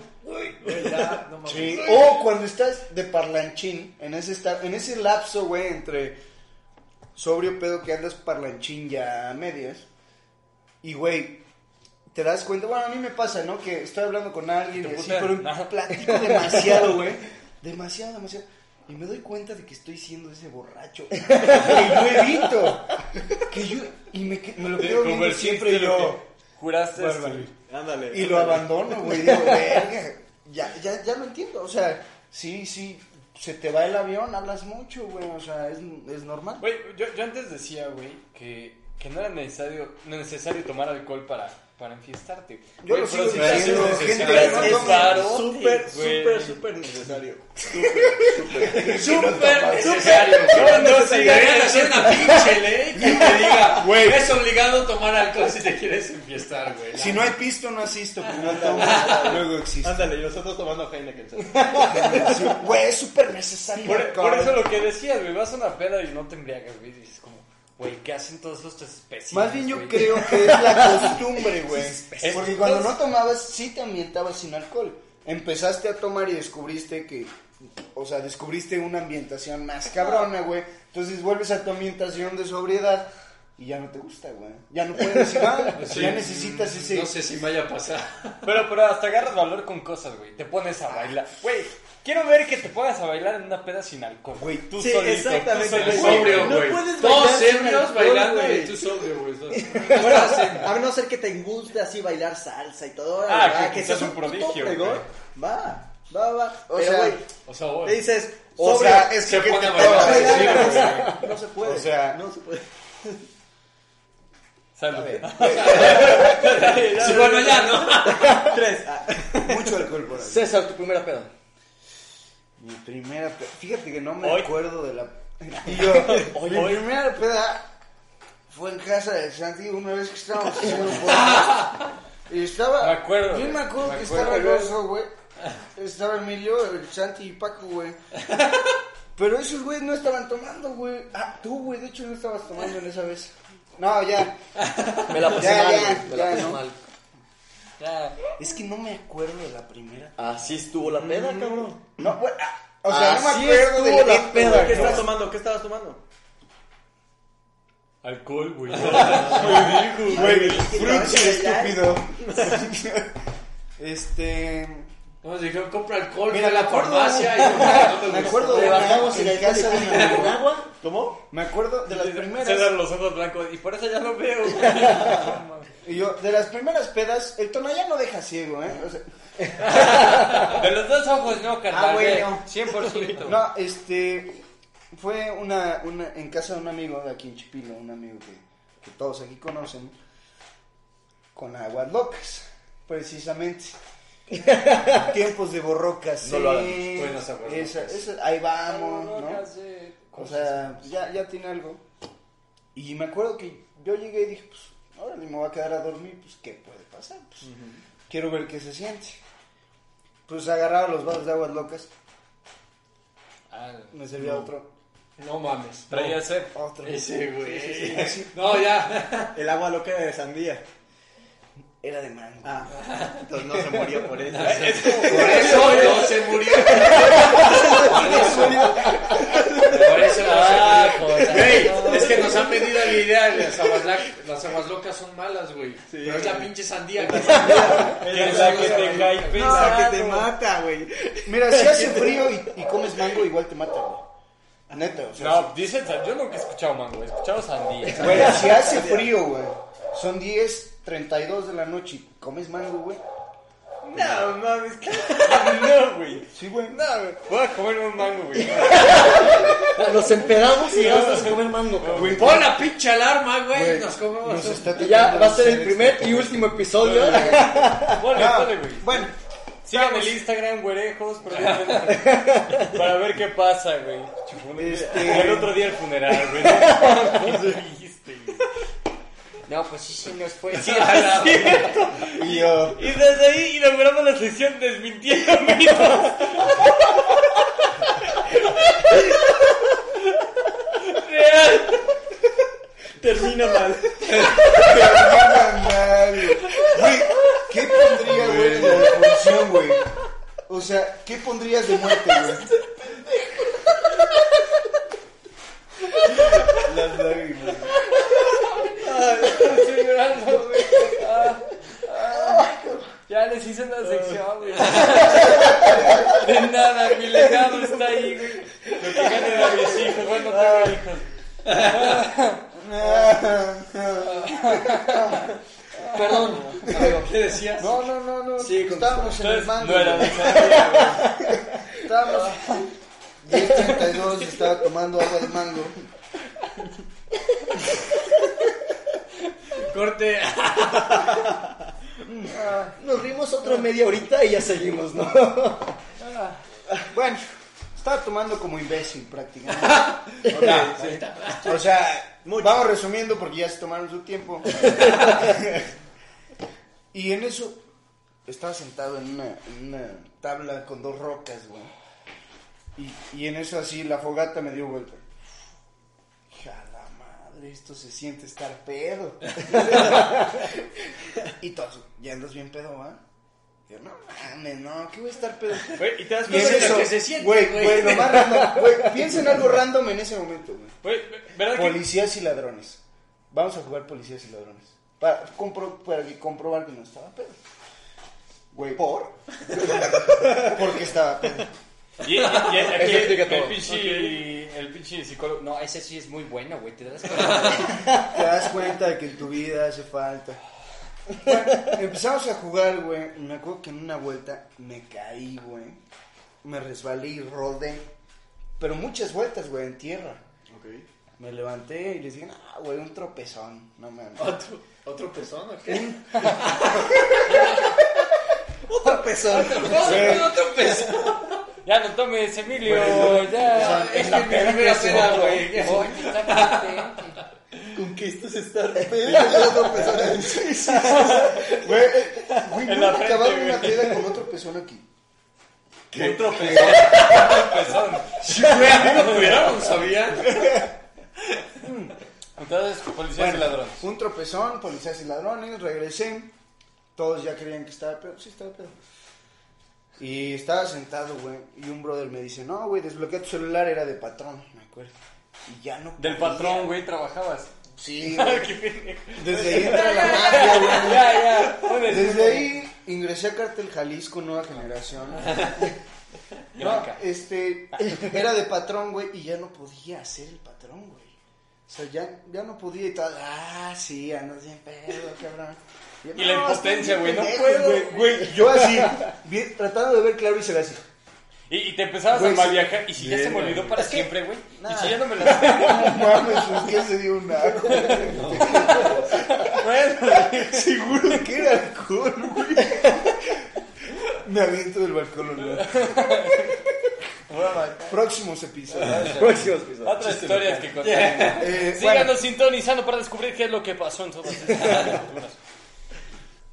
[SPEAKER 5] Ya, no mames.
[SPEAKER 3] Sí, O cuando estás de parlanchín, en ese, esta- en ese lapso, güey, entre sobrio pedo que andas parlanchín ya a medias, y güey, te das cuenta, bueno, a mí me pasa, ¿no? Que estoy hablando con alguien,
[SPEAKER 4] Te
[SPEAKER 3] y así,
[SPEAKER 4] putean.
[SPEAKER 3] pero
[SPEAKER 4] Ajá.
[SPEAKER 3] platico demasiado, güey, demasiado, demasiado. Y me doy cuenta de que estoy siendo ese borracho que yo evito. Que yo, y me, que- me lo quedo viendo
[SPEAKER 4] Convertiste
[SPEAKER 3] siempre
[SPEAKER 4] lo
[SPEAKER 3] yo.
[SPEAKER 4] que Juraste.
[SPEAKER 2] Ándale.
[SPEAKER 3] Y lo abandono, güey. Digo, verga. Ya, ya, ya lo entiendo. O sea, sí, sí. Se te va el avión, hablas mucho, güey. O sea, es, es normal.
[SPEAKER 4] Güey, yo, yo antes decía, güey, que, que no era necesario, no necesario tomar alcohol para, para enfiestarte.
[SPEAKER 3] Yo
[SPEAKER 4] Güey,
[SPEAKER 3] lo
[SPEAKER 4] pero
[SPEAKER 3] sigo
[SPEAKER 4] si
[SPEAKER 3] diciendo,
[SPEAKER 4] haces
[SPEAKER 3] gente,
[SPEAKER 4] necesario,
[SPEAKER 3] no
[SPEAKER 4] es
[SPEAKER 3] tomen.
[SPEAKER 4] varote,
[SPEAKER 2] Súper,
[SPEAKER 4] güey.
[SPEAKER 2] súper, súper necesario.
[SPEAKER 4] Súper necesario. No, no, sí,
[SPEAKER 5] Deberían hacer una pinche ley que te diga,
[SPEAKER 3] Güey.
[SPEAKER 5] es obligado tomar alcohol si te quieres enfiestar, güey.
[SPEAKER 3] Si no hay pisto, no asisto.
[SPEAKER 4] Ah,
[SPEAKER 3] Primero tomo, luego existo.
[SPEAKER 2] Ándale, y nosotros tomando Heineken.
[SPEAKER 3] Sí, Güey, es súper necesario.
[SPEAKER 4] Por, por
[SPEAKER 3] cabrón.
[SPEAKER 4] eso lo que decías, güey, vas a una peda y no te embriagas, güey, dices como, güey, ¿qué hacen todos estos especies?
[SPEAKER 3] Más bien yo creo que es la costumbre, güey.
[SPEAKER 4] Es-
[SPEAKER 3] Porque cuando no tomabas, sí te ambientabas sin alcohol. Empezaste a tomar y descubriste que, o sea, descubriste una ambientación más cabrona, güey. Entonces vuelves a tu ambientación de sobriedad y ya no te gusta, güey. Ya no puedes ir, ah,
[SPEAKER 5] Sí,
[SPEAKER 3] ya necesitas ese...
[SPEAKER 5] No sé si me haya pasado.
[SPEAKER 4] Pero, pero hasta agarras valor con cosas, güey, te pones a bailar. Güey, quiero ver que te pongas a bailar en una peda sin alcohol.
[SPEAKER 3] Güey,
[SPEAKER 4] tú
[SPEAKER 2] sí,
[SPEAKER 4] solito,
[SPEAKER 2] exactamente,
[SPEAKER 4] tú solito.
[SPEAKER 2] güey.
[SPEAKER 5] Sobrio,
[SPEAKER 2] no
[SPEAKER 5] güey.
[SPEAKER 2] puedes
[SPEAKER 5] Todos
[SPEAKER 2] bailar sin
[SPEAKER 5] ebrios
[SPEAKER 2] alcohol,
[SPEAKER 5] bailando
[SPEAKER 2] güey.
[SPEAKER 5] y tú sobrio, güey. Estás-
[SPEAKER 2] Bueno, a no ser que te guste así bailar salsa y todo.
[SPEAKER 4] Ah,
[SPEAKER 2] ¿verdad?
[SPEAKER 4] que seas un
[SPEAKER 2] puto
[SPEAKER 4] prodigio,
[SPEAKER 2] fregón, Va, va, va. O sea,
[SPEAKER 3] sea,
[SPEAKER 2] güey,
[SPEAKER 5] O sea,
[SPEAKER 2] te
[SPEAKER 5] güey.
[SPEAKER 2] dices,
[SPEAKER 3] O
[SPEAKER 2] sobre,
[SPEAKER 3] sea, es
[SPEAKER 5] Se
[SPEAKER 3] que... ¿qué
[SPEAKER 5] pone
[SPEAKER 3] te
[SPEAKER 5] a bailar,
[SPEAKER 3] pasa?
[SPEAKER 5] sí, güey.
[SPEAKER 2] no se puede.
[SPEAKER 3] o sea-
[SPEAKER 2] no se puede.
[SPEAKER 4] Salud.
[SPEAKER 5] Sí, bueno, ya, ¿no?
[SPEAKER 2] Tres. ah,
[SPEAKER 3] Mucho alcohol por ahí.
[SPEAKER 1] César, tu primera peda.
[SPEAKER 3] Mi primera... pe- Fíjate que no me
[SPEAKER 4] Hoy-
[SPEAKER 3] acuerdo de la... Y yo, mi primera peda fue en casa de Santi una vez que estábamos haciendo un podcast. Y estaba...
[SPEAKER 4] Me acuerdo,
[SPEAKER 3] Yo me
[SPEAKER 4] güey,
[SPEAKER 3] acuerdo
[SPEAKER 4] me
[SPEAKER 3] que
[SPEAKER 4] acuerdo,
[SPEAKER 3] estaba el
[SPEAKER 4] güey.
[SPEAKER 3] oso, güey. Estaba Emilio, el Santi y Paco, güey. Pero esos güeyes no estaban tomando, güey. Ah, tú, güey, de hecho no estabas tomando en esa vez. No, ya.
[SPEAKER 1] Me la pasé mal,
[SPEAKER 3] Ya, ya,
[SPEAKER 1] güey, me la
[SPEAKER 3] ya,
[SPEAKER 1] pasé
[SPEAKER 3] ¿no?
[SPEAKER 1] mal.
[SPEAKER 4] Ya.
[SPEAKER 3] Es que no me acuerdo de la primera.
[SPEAKER 1] Así estuvo la peda,
[SPEAKER 3] Mm.
[SPEAKER 1] cabrón.
[SPEAKER 3] No, güey. ah, o sea, no
[SPEAKER 1] Así
[SPEAKER 3] me acuerdo de
[SPEAKER 1] estuvo la
[SPEAKER 3] evento,
[SPEAKER 1] peda,
[SPEAKER 3] güey.
[SPEAKER 2] ¿Qué estabas tomando? ¿Qué estabas tomando?
[SPEAKER 4] Alcohol, güey.
[SPEAKER 3] Ah, Güey, Fruits, estúpido. este.
[SPEAKER 5] Nos dijeron, compra alcohol,
[SPEAKER 3] Mira,
[SPEAKER 5] Mira, la
[SPEAKER 3] me acuerdo,
[SPEAKER 5] farmacia. y no nos
[SPEAKER 3] Me
[SPEAKER 5] gustó.
[SPEAKER 3] acuerdo
[SPEAKER 1] Le
[SPEAKER 3] de
[SPEAKER 1] bajamos y
[SPEAKER 3] en
[SPEAKER 1] le
[SPEAKER 3] casa
[SPEAKER 1] casa
[SPEAKER 3] de mi
[SPEAKER 1] con
[SPEAKER 3] abuela.
[SPEAKER 1] agua.
[SPEAKER 2] ¿Cómo?
[SPEAKER 3] Me acuerdo de las primeras.
[SPEAKER 4] César, los ojos blancos. Y por eso ya no veo.
[SPEAKER 3] Y yo, de las primeras pedas, el Tonayán no deja ciego, ¿eh? O sea,
[SPEAKER 4] De los dos ojos, no, carnal.
[SPEAKER 3] Ah, güey,
[SPEAKER 4] eh,
[SPEAKER 3] no.
[SPEAKER 4] 100%.
[SPEAKER 3] No, este. Fue una, una- en casa de un amigo de aquí en Chipilo, un amigo que, que todos aquí conocen, con aguas locas, precisamente. Tiempos de borrocas.
[SPEAKER 1] No lo hagan,
[SPEAKER 5] buenas aguas
[SPEAKER 3] esa-
[SPEAKER 5] locas.
[SPEAKER 3] esa- Ahí vamos, ¿no? O sea, pues ya, ya tiene algo. Y me acuerdo que yo llegué y dije, pues, ahora me voy a quedar a dormir, pues, ¿qué puede pasar? Pues, Quiero ver qué se siente. Pues agarraba los vasos de aguas locas,
[SPEAKER 5] Ah,
[SPEAKER 3] me servía otro.
[SPEAKER 5] No mames.
[SPEAKER 4] Traía sed.
[SPEAKER 3] Otro.
[SPEAKER 5] Ese, güey.
[SPEAKER 3] Sí, sí, sí, así.
[SPEAKER 5] No, ya.
[SPEAKER 2] El agua loca de sandía. Ah.
[SPEAKER 3] Era de mango.
[SPEAKER 1] Entonces no se murió por eso.
[SPEAKER 5] Por eso no se murió. Por eso no se murió.
[SPEAKER 4] Ah, joder.
[SPEAKER 5] Güey, es que nos han vendido la idea de las aguas, lac- las aguas locas son malas, güey. Pero es la pinche sandía. que-
[SPEAKER 4] Que la que te cae
[SPEAKER 2] Esa
[SPEAKER 4] pesado.
[SPEAKER 2] que te mata, güey.
[SPEAKER 3] Mira, si hace frío y, y comes mango, igual te mata, güey. Neta, o sea.
[SPEAKER 4] No, dicen, sand- yo nunca he escuchado mango, he escuchado sandía.
[SPEAKER 3] si- Güey, si hace frío, güey. Son 10, 32 de la noche y comes mango, güey.
[SPEAKER 4] No, mames, no, güey.
[SPEAKER 3] Sí, güey.
[SPEAKER 4] No, güey. Voy a comer un mango, güey.
[SPEAKER 1] Nos emperamos y ya vas a comer mango.
[SPEAKER 3] Güey,
[SPEAKER 5] Pon la pinche alarma, güey.
[SPEAKER 3] güey,
[SPEAKER 5] Nos comemos.
[SPEAKER 3] nos está
[SPEAKER 1] Y ya
[SPEAKER 3] tocando
[SPEAKER 1] va a ser el
[SPEAKER 3] hacer
[SPEAKER 1] primer
[SPEAKER 3] esto.
[SPEAKER 1] y último episodio.
[SPEAKER 4] Ponle,
[SPEAKER 3] Ah,
[SPEAKER 4] ponle, güey.
[SPEAKER 3] Bueno,
[SPEAKER 4] Sigan el Instagram, güerejos, pero- para ver qué pasa, güey.
[SPEAKER 3] Este-
[SPEAKER 4] Y el otro día el funeral, güey. No mames, ¿qué dijiste, güey?
[SPEAKER 1] No, pues sí, sí, nos fue.
[SPEAKER 3] y yo.
[SPEAKER 4] Y desde ahí inauguramos la sesión desmintiendo mitos. Real.
[SPEAKER 2] Termina mal.
[SPEAKER 3] Termina mal, güey. ¿Qué pondría, güey, en la definición, güey? O sea, ¿qué pondrías de muerte, güey? Las lágrimas.
[SPEAKER 4] Estoy llorando, güey. Ah, ah. Ya les hice una sección, güey. De nada, mi legado está ahí, güey. Lo que gane de mis hijos, bueno, tengo hijos.
[SPEAKER 1] Perdón.
[SPEAKER 5] ¿Qué decías?
[SPEAKER 3] No, no, no, no.
[SPEAKER 1] Sí, con-
[SPEAKER 3] Estábamos en el
[SPEAKER 4] Entonces,
[SPEAKER 3] mango.
[SPEAKER 4] no era
[SPEAKER 3] güey.
[SPEAKER 4] de sandía, güey.
[SPEAKER 3] Estábamos. 10.32 estaba tomando agua de mango.
[SPEAKER 5] Corte.
[SPEAKER 1] Nos rimos otra media horita y ya seguimos, ¿no?
[SPEAKER 3] Bueno, estaba tomando como imbécil prácticamente. O sea, vamos resumiendo porque ya se tomaron su tiempo. y en eso estaba sentado en una, en una tabla con dos rocas, güey. Y, y en eso así la fogata me dio vuelta. Hija de la madre, esto se siente estar pedo. y todos, ya andas bien pedo, ¿va? Yo, no mames, no, ¿qué voy a estar pedo?
[SPEAKER 4] Güey, y te das
[SPEAKER 3] Y en
[SPEAKER 5] es lo
[SPEAKER 4] cuenta.
[SPEAKER 3] eso,
[SPEAKER 5] que se siente,
[SPEAKER 3] güey,
[SPEAKER 5] güey.
[SPEAKER 3] güey, lo más random, güey, piensa en algo random en ese momento, güey.
[SPEAKER 4] Güey, ¿verdad que
[SPEAKER 3] Policías y ladrones. Vamos a jugar policías y ladrones. Para, compro- para que comprobar que no estaba pedo. Güey. ¿Por? Porque estaba pedo.
[SPEAKER 4] Y, y- y aquí el,
[SPEAKER 1] explica
[SPEAKER 4] el
[SPEAKER 1] todo.
[SPEAKER 4] pinche, el pinche psicólogo. No, ese sí es muy bueno, güey. Te das cuenta.
[SPEAKER 3] Te das cuenta de que en tu vida hace falta. Bueno, empezamos a jugar, güey. Me acuerdo que en una vuelta me caí, güey. Me resbalé y rodé. Pero muchas vueltas, güey, en tierra. Me levanté y les dije, ah, güey, un tropezón. No me
[SPEAKER 5] ¿Otro, otro pezón o qué?
[SPEAKER 3] Tropezón.
[SPEAKER 5] Otro pezón.
[SPEAKER 4] Ya no tomes, Emilio.
[SPEAKER 5] Ah,
[SPEAKER 4] ya.
[SPEAKER 5] Es que mi primera peda, güey.
[SPEAKER 2] ¿Con qué estás estar?
[SPEAKER 3] Güey, eh, güey,
[SPEAKER 4] En
[SPEAKER 3] no
[SPEAKER 4] la
[SPEAKER 3] me
[SPEAKER 4] frente,
[SPEAKER 3] acababa
[SPEAKER 4] güey.
[SPEAKER 3] una peda con otro pezón aquí.
[SPEAKER 4] Un tropezón. Un tropezón.
[SPEAKER 5] Sí, güey, a mí me cuidaron, ¿sabían?
[SPEAKER 4] Entonces, policías y ladrones.
[SPEAKER 3] Un tropezón, policías y ladrones, regresé. Todos ya creían que estaba pedo. Sí, estaba pedo. Y estaba sentado, güey. Y un brother me dice, no, güey, desbloquea tu celular. Era de patrón, me acuerdo. Y ya no
[SPEAKER 4] Del
[SPEAKER 3] podía.
[SPEAKER 4] patrón, güey, trabajabas.
[SPEAKER 3] Sí,
[SPEAKER 4] Ah,
[SPEAKER 3] güey.
[SPEAKER 4] qué pendejo.
[SPEAKER 3] Desde ahí entra
[SPEAKER 4] Ya,
[SPEAKER 3] la magia, güey.
[SPEAKER 4] ya. Pones-
[SPEAKER 3] Desde ahí ingresé a Cartel Jalisco, nueva generación. No,
[SPEAKER 4] Granca.
[SPEAKER 3] este, era de patrón, güey, y ya no podía hacer el patrón, güey. O sea, ya, ya no podía y todo. Ah, sí, ando sin pedo, cabrón.
[SPEAKER 4] Y la impotencia, güey,
[SPEAKER 3] estoy
[SPEAKER 4] no
[SPEAKER 3] bien pendejo,
[SPEAKER 4] puedo,
[SPEAKER 3] güey. Yo así, bien, tratando de ver claro y se ve así.
[SPEAKER 4] Y, y te empezabas
[SPEAKER 3] Güey,
[SPEAKER 4] a
[SPEAKER 3] sí.
[SPEAKER 4] mal viajar. Y si ya se me
[SPEAKER 5] Bien,
[SPEAKER 4] olvidó
[SPEAKER 5] güey.
[SPEAKER 4] para siempre, güey.
[SPEAKER 3] Nah.
[SPEAKER 4] Y si ya no me la.
[SPEAKER 3] No mames, pues que se dio un arco. Seguro que era alcohol, güey. Me aviento del balcón, olor. Próximos episodios.
[SPEAKER 1] Próximos episodios.
[SPEAKER 4] Otras historias que contar.
[SPEAKER 3] Eh,
[SPEAKER 4] Síganos
[SPEAKER 3] bueno,
[SPEAKER 4] sintonizando para descubrir qué es lo que pasó en todas estas aventuras.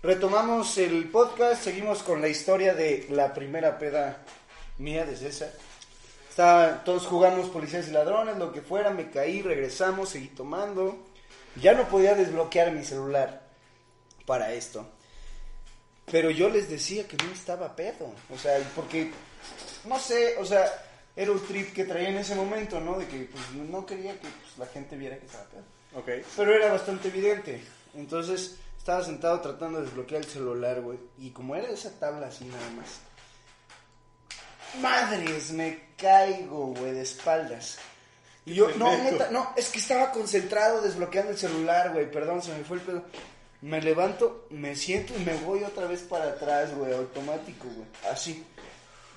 [SPEAKER 3] retomamos el podcast, seguimos con la historia de la primera peda mía desde esa. Está, todos jugamos policías y ladrones, lo que fuera, me caí, regresamos, seguí tomando. Ya no podía desbloquear mi celular para esto. Pero yo les decía que no estaba pedo. O sea, porque, no sé, o sea, era un trip que traía en ese momento, ¿no? De que pues, no quería que pues, la gente viera que estaba pedo.
[SPEAKER 2] Ok.
[SPEAKER 3] Pero era bastante evidente. Entonces estaba sentado tratando de desbloquear el celular, güey. Y como era esa tabla así nada más. Madres, me caigo, güey, de espaldas. Y yo, no, neta, no, es que estaba concentrado desbloqueando el celular, güey. Perdón, se me fue el pedo. Me levanto, me siento y me voy otra vez para atrás, güey, automático, güey. Así.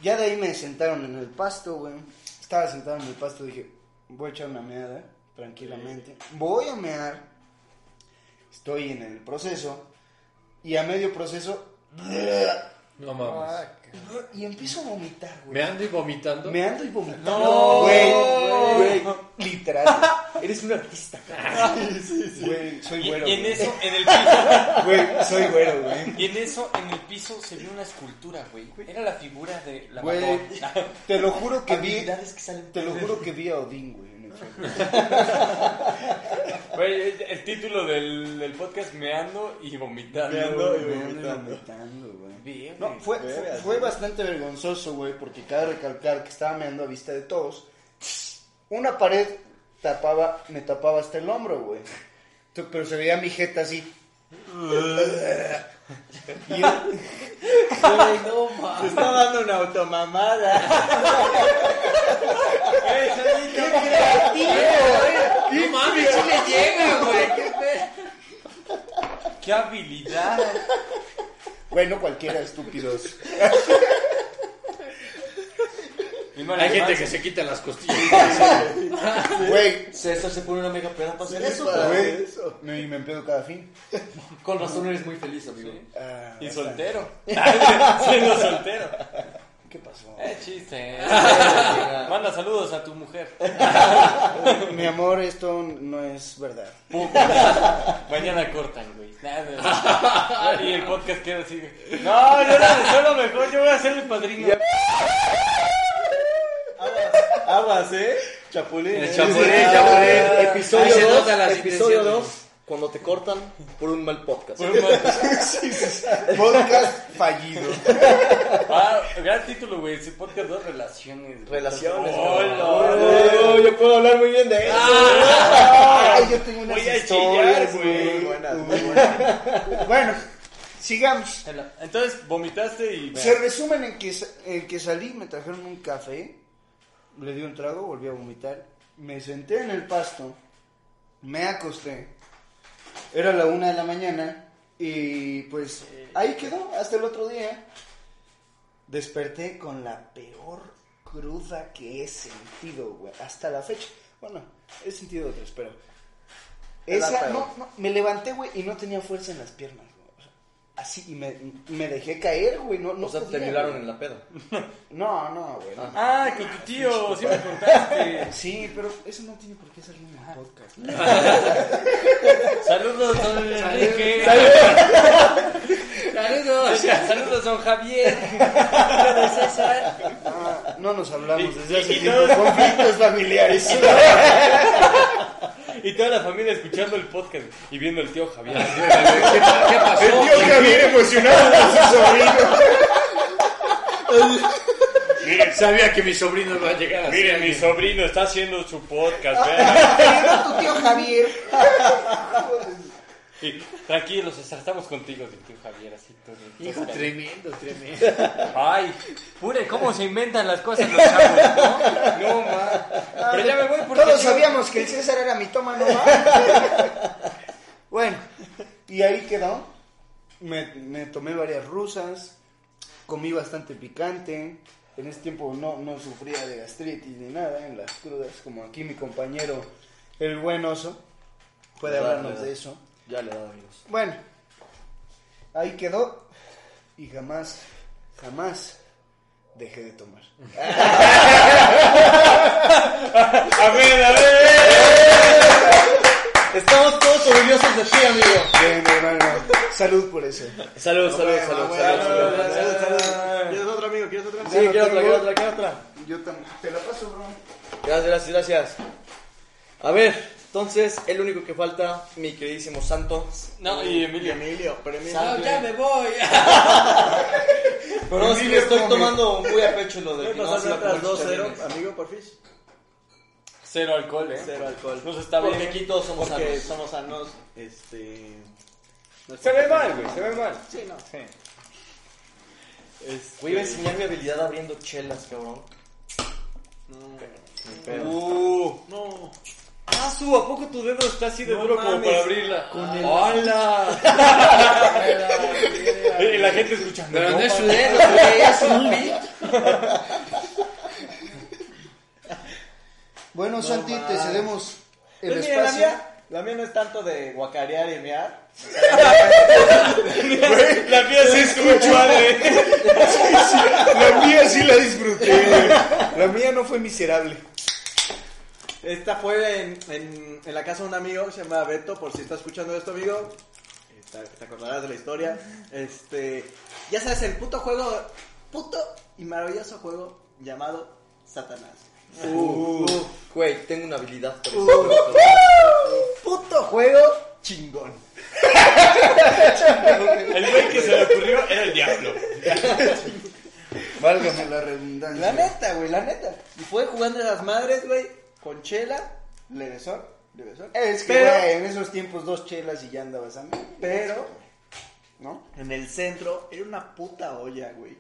[SPEAKER 3] Ya de ahí me sentaron en el pasto, güey. Estaba sentado en el pasto, dije, voy a echar una meada, tranquilamente. Voy a mear. Estoy en el proceso. Y a medio proceso.
[SPEAKER 5] No mames.
[SPEAKER 3] Y empiezo a vomitar,
[SPEAKER 5] Me
[SPEAKER 3] güey.
[SPEAKER 5] ando y vomitando.
[SPEAKER 3] Me ando y vomitando.
[SPEAKER 5] No,
[SPEAKER 3] güey.
[SPEAKER 5] güey.
[SPEAKER 3] güey, Literal.
[SPEAKER 1] Eres un artista.
[SPEAKER 3] Güey, soy
[SPEAKER 4] Y,
[SPEAKER 3] güero.
[SPEAKER 4] y en
[SPEAKER 3] güey.
[SPEAKER 4] eso, en el piso,
[SPEAKER 3] Güey, soy güero, güey.
[SPEAKER 4] y en eso, en el piso se vio una escultura, güey. Era la figura de la
[SPEAKER 3] Güey,
[SPEAKER 4] Madonna.
[SPEAKER 3] te lo juro que vi.
[SPEAKER 4] Habilidades que salen.
[SPEAKER 3] Te lo juro que vi a Odín, güey. en el fondo.
[SPEAKER 4] Güey, el- el título del, del podcast Meando y vomitando.
[SPEAKER 2] Me ando y
[SPEAKER 4] güey.
[SPEAKER 3] Me ando
[SPEAKER 2] vomitando.
[SPEAKER 3] vomitando, güey.
[SPEAKER 4] Bien, güey.
[SPEAKER 3] No, fue, fue, fue bastante vergonzoso, güey, porque cabe recalcar que estaba meando a vista de todos. Una pared tapaba, me tapaba hasta el hombro, güey. Tu- Pero se veía mi jeta así. Y yo-
[SPEAKER 4] Güey, no mames.
[SPEAKER 2] Se está dando una automamada.
[SPEAKER 4] Güey, Chavito.
[SPEAKER 5] No mames, sí le llega, güey.
[SPEAKER 4] ¡Qué habilidad!
[SPEAKER 3] bueno, cualquiera, estúpidos.
[SPEAKER 5] Hay gente que se quita las costillas.
[SPEAKER 3] Güey,
[SPEAKER 1] César se pone una mega peda para hacer eso.
[SPEAKER 3] para
[SPEAKER 1] güey.
[SPEAKER 3] ver eso. Me, me empedo cada fin.
[SPEAKER 1] Con razón eres muy feliz, amigo.
[SPEAKER 3] Ah,
[SPEAKER 4] Y
[SPEAKER 3] o sea,
[SPEAKER 4] soltero. Siendo soltero.
[SPEAKER 3] ¿Qué pasó?
[SPEAKER 4] Eh, chiste. Manda saludos a tu mujer.
[SPEAKER 3] Mi amor, esto no es verdad.
[SPEAKER 4] Pum. Mañana cortan, güey. Nada. Y el podcast queda así. güey. No, yo la deseo lo mejor. Yo voy a ser el padrino.
[SPEAKER 2] Aguas, ¿eh? Chapulín. ¿eh?
[SPEAKER 5] chapulín.
[SPEAKER 1] Sí, ya volé.
[SPEAKER 5] Ahí se
[SPEAKER 1] Episodio
[SPEAKER 5] nota
[SPEAKER 1] 2.
[SPEAKER 5] las
[SPEAKER 1] Episodio
[SPEAKER 5] intenciones.
[SPEAKER 1] 2. Cuando te cortan por un mal podcast.
[SPEAKER 4] Fue un mal-
[SPEAKER 3] Podcast fallido.
[SPEAKER 4] Ah, gran título, güey. Ese podcast dos relaciones. güey.
[SPEAKER 1] Relaciones.
[SPEAKER 4] Hola.
[SPEAKER 1] Oh, yo puedo hablar muy bien de eso.
[SPEAKER 3] Ay, yo tengo unas
[SPEAKER 4] Voy a
[SPEAKER 3] historias,
[SPEAKER 4] chillar, güey.
[SPEAKER 3] güey.
[SPEAKER 1] Buenas,
[SPEAKER 3] Uy. Bueno, sigamos.
[SPEAKER 4] Entonces vomitaste y.
[SPEAKER 3] Se resumen en que, sa- en que salí, me trajeron un café, le di un trago, volví a vomitar, me senté en el pasto, me acosté, era la una de la mañana y pues
[SPEAKER 4] Eh,
[SPEAKER 3] ahí quedó hasta el otro día. Desperté con la peor cruda que he sentido, güey, hasta la fecha. Bueno, he sentido otras, pero...
[SPEAKER 1] Es la
[SPEAKER 3] Esa,
[SPEAKER 1] peor.
[SPEAKER 3] no, no, me levanté, güey, y no tenía fuerza en las piernas, güey. O sea, Así, y me, me dejé caer, güey. No, no
[SPEAKER 1] O sea,
[SPEAKER 3] podía,
[SPEAKER 1] te violaron
[SPEAKER 3] güey.
[SPEAKER 1] en la peda.
[SPEAKER 3] No, no, güey. no.
[SPEAKER 4] Ah, con tu tío. Sí me contaste.
[SPEAKER 3] Sí, pero eso no tiene por qué ser un podcast. ¿no?
[SPEAKER 4] Saludos, don Enrique.
[SPEAKER 5] Saludos.
[SPEAKER 4] Oiga, Saludos, don Javier.
[SPEAKER 3] Ah, no nos hablamos
[SPEAKER 4] Y-
[SPEAKER 3] desde hace
[SPEAKER 4] y- y
[SPEAKER 3] tiempo. Conflictos familiares.
[SPEAKER 4] Y toda la familia escuchando el podcast y viendo al tío Javier.
[SPEAKER 5] ¿Qué pasó?
[SPEAKER 3] Javier emocionado con su sobrino.
[SPEAKER 5] Miren, sabía que mi sobrino iba a llegar así.
[SPEAKER 4] Miren, mi sobrino está haciendo su podcast. vean.
[SPEAKER 3] tu tío Javier.
[SPEAKER 4] Y, tranquilos, estamos contigo, y tú, Javier, así tú. tú,
[SPEAKER 6] Hijo,
[SPEAKER 4] Javier.
[SPEAKER 6] tremendo, tremendo.
[SPEAKER 4] Ay, pure, cómo se inventan las cosas los chavos, ¿no? No, ma. Pero ya me voy porque...
[SPEAKER 3] Todos
[SPEAKER 4] yo-
[SPEAKER 3] sabíamos que el César era mitómano. ¿va? bueno, y ahí quedó. Me, me tomé varias rusas, comí bastante picante. En ese tiempo no, no sufría de gastritis ni nada en las crudas, como aquí mi compañero, el buen oso, puede
[SPEAKER 1] Verdad,
[SPEAKER 3] hablarnos
[SPEAKER 1] verdad.
[SPEAKER 3] de eso.
[SPEAKER 1] Ya le he dado, amigos.
[SPEAKER 3] Bueno, ahí quedó y jamás, jamás dejé de tomar.
[SPEAKER 4] A ver, a ver.
[SPEAKER 1] Estamos todos orgullosos de ti, amigo.
[SPEAKER 3] Bien, hermano, salud por eso.
[SPEAKER 1] Salud, salud, salud, salud, salud.
[SPEAKER 2] ¿Quieres otro amigo? ¿Quieres otro
[SPEAKER 1] Sí,
[SPEAKER 3] Ya
[SPEAKER 1] quiero otra,
[SPEAKER 3] no tengo.
[SPEAKER 1] quiero otra, quiero otra.
[SPEAKER 3] Yo también. Te la paso, bro.
[SPEAKER 1] Gracias, gracias, gracias. A ver, entonces, el único que falta, mi queridísimo santo.
[SPEAKER 4] No, y Emilio.
[SPEAKER 5] No, ya me voy.
[SPEAKER 1] Pero no, sí, me estoy tomando muy a pecho lo de que no
[SPEAKER 2] Nos
[SPEAKER 1] se la
[SPEAKER 2] otras
[SPEAKER 1] comunicación
[SPEAKER 2] 2-0,
[SPEAKER 1] viene.
[SPEAKER 2] amigo Porfis.
[SPEAKER 4] Cero alcohol, ¿eh?
[SPEAKER 2] Cero alcohol.
[SPEAKER 4] Nos está
[SPEAKER 1] Porque
[SPEAKER 4] bien.
[SPEAKER 1] aquí todos somos
[SPEAKER 2] Porque
[SPEAKER 1] sanos.
[SPEAKER 2] somos sanos, este...
[SPEAKER 4] Se ve mal, güey, se ve mal.
[SPEAKER 2] Sí, no.
[SPEAKER 1] Güey, iba a enseñar mi habilidad abriendo chelas, cabrón.
[SPEAKER 4] Uh,
[SPEAKER 2] No.
[SPEAKER 4] ah, su, ¿a poco tu dedo está así de
[SPEAKER 2] No
[SPEAKER 4] duro como
[SPEAKER 2] mames.
[SPEAKER 4] para abrirla?
[SPEAKER 1] ¡Hola!
[SPEAKER 4] Y la gente escuchando.
[SPEAKER 6] Pero no
[SPEAKER 4] ¿no?
[SPEAKER 6] es su dedo, güey, es un pito.
[SPEAKER 3] Bueno, Santi, te
[SPEAKER 2] mames.
[SPEAKER 3] cedemos el
[SPEAKER 2] Pues mira, la
[SPEAKER 3] espacio.
[SPEAKER 2] mía, la mía no es tanto de guacarear y mear.
[SPEAKER 4] La mía sí escucho, Ale.
[SPEAKER 3] La mía sí la disfruté, güey. La mía no fue miserable.
[SPEAKER 2] Esta fue en, en, en la casa de un amigo que se llama Beto, por si está escuchando esto, amigo. eh, Te, te acordarás de la historia. Este, ya sabes, el puto juego, puto y maravilloso juego llamado Satanás.
[SPEAKER 1] Uh. Güey, tengo una habilidad. para
[SPEAKER 3] Puto juego chingón.
[SPEAKER 4] El güey que se le ocurrió era el diablo.
[SPEAKER 3] Válgame la
[SPEAKER 2] La
[SPEAKER 3] redundancia.
[SPEAKER 2] neta, güey, la neta. Y fue jugando a las madres, güey, con chela, le besó, le besó.
[SPEAKER 3] Es que,
[SPEAKER 2] Pero-
[SPEAKER 3] güey, en esos tiempos dos chelas y ya andabas a mí.
[SPEAKER 2] Pero
[SPEAKER 3] ¿No?
[SPEAKER 2] en el centro era una puta olla, güey,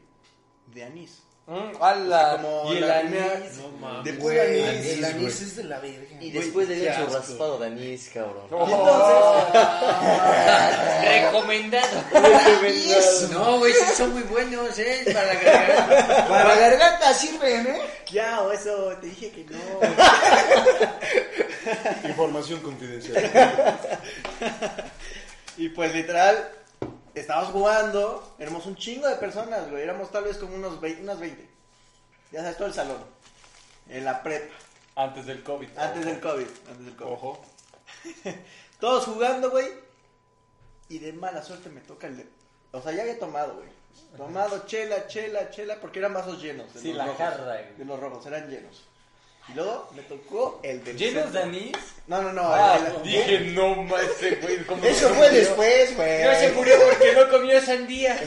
[SPEAKER 2] de anís.
[SPEAKER 4] ¡Hala!
[SPEAKER 2] Como
[SPEAKER 4] Y el
[SPEAKER 2] la
[SPEAKER 4] anís.
[SPEAKER 2] primera-
[SPEAKER 4] No
[SPEAKER 2] De
[SPEAKER 4] mames.
[SPEAKER 2] puro
[SPEAKER 3] Güey,
[SPEAKER 2] anís.
[SPEAKER 3] anís, el anís
[SPEAKER 6] güey.
[SPEAKER 3] es de la verga.
[SPEAKER 1] Y después de su raspado de anís, cabrón.
[SPEAKER 2] Y entonces,
[SPEAKER 6] Recomendado.
[SPEAKER 5] No, güey, sí son muy buenos, ¿eh? Para la garganta.
[SPEAKER 3] Para la garganta sirven, ¿eh?
[SPEAKER 2] ya, o eso, te dije que no.
[SPEAKER 6] Información confidencial.
[SPEAKER 2] Y pues literal, estábamos jugando, éramos un chingo de personas, güey, éramos tal vez como unos 20, unas 20. Ya sabes, todo el salón. En la prepa,
[SPEAKER 4] Antes del COVID.
[SPEAKER 2] antes del COVID, antes del COVID.
[SPEAKER 4] Ojo.
[SPEAKER 2] Todos jugando, güey. Y de mala suerte me toca el de... O sea, ya había tomado, güey. Tomado chela, chela, chela, porque eran vasos llenos. de
[SPEAKER 4] Sí,
[SPEAKER 2] los
[SPEAKER 4] la
[SPEAKER 2] rojos.
[SPEAKER 4] jarra, güey.
[SPEAKER 2] De los rojos, eran llenos. Y luego me tocó el del
[SPEAKER 4] ¿Llenos de
[SPEAKER 2] centro.
[SPEAKER 4] anís?
[SPEAKER 2] No, no, no.
[SPEAKER 4] Ah,
[SPEAKER 2] el de la-
[SPEAKER 4] dije, no, ma, ese güey. como-
[SPEAKER 3] Eso fue después,
[SPEAKER 6] No se
[SPEAKER 3] güey.
[SPEAKER 6] murió porque no comió sandía.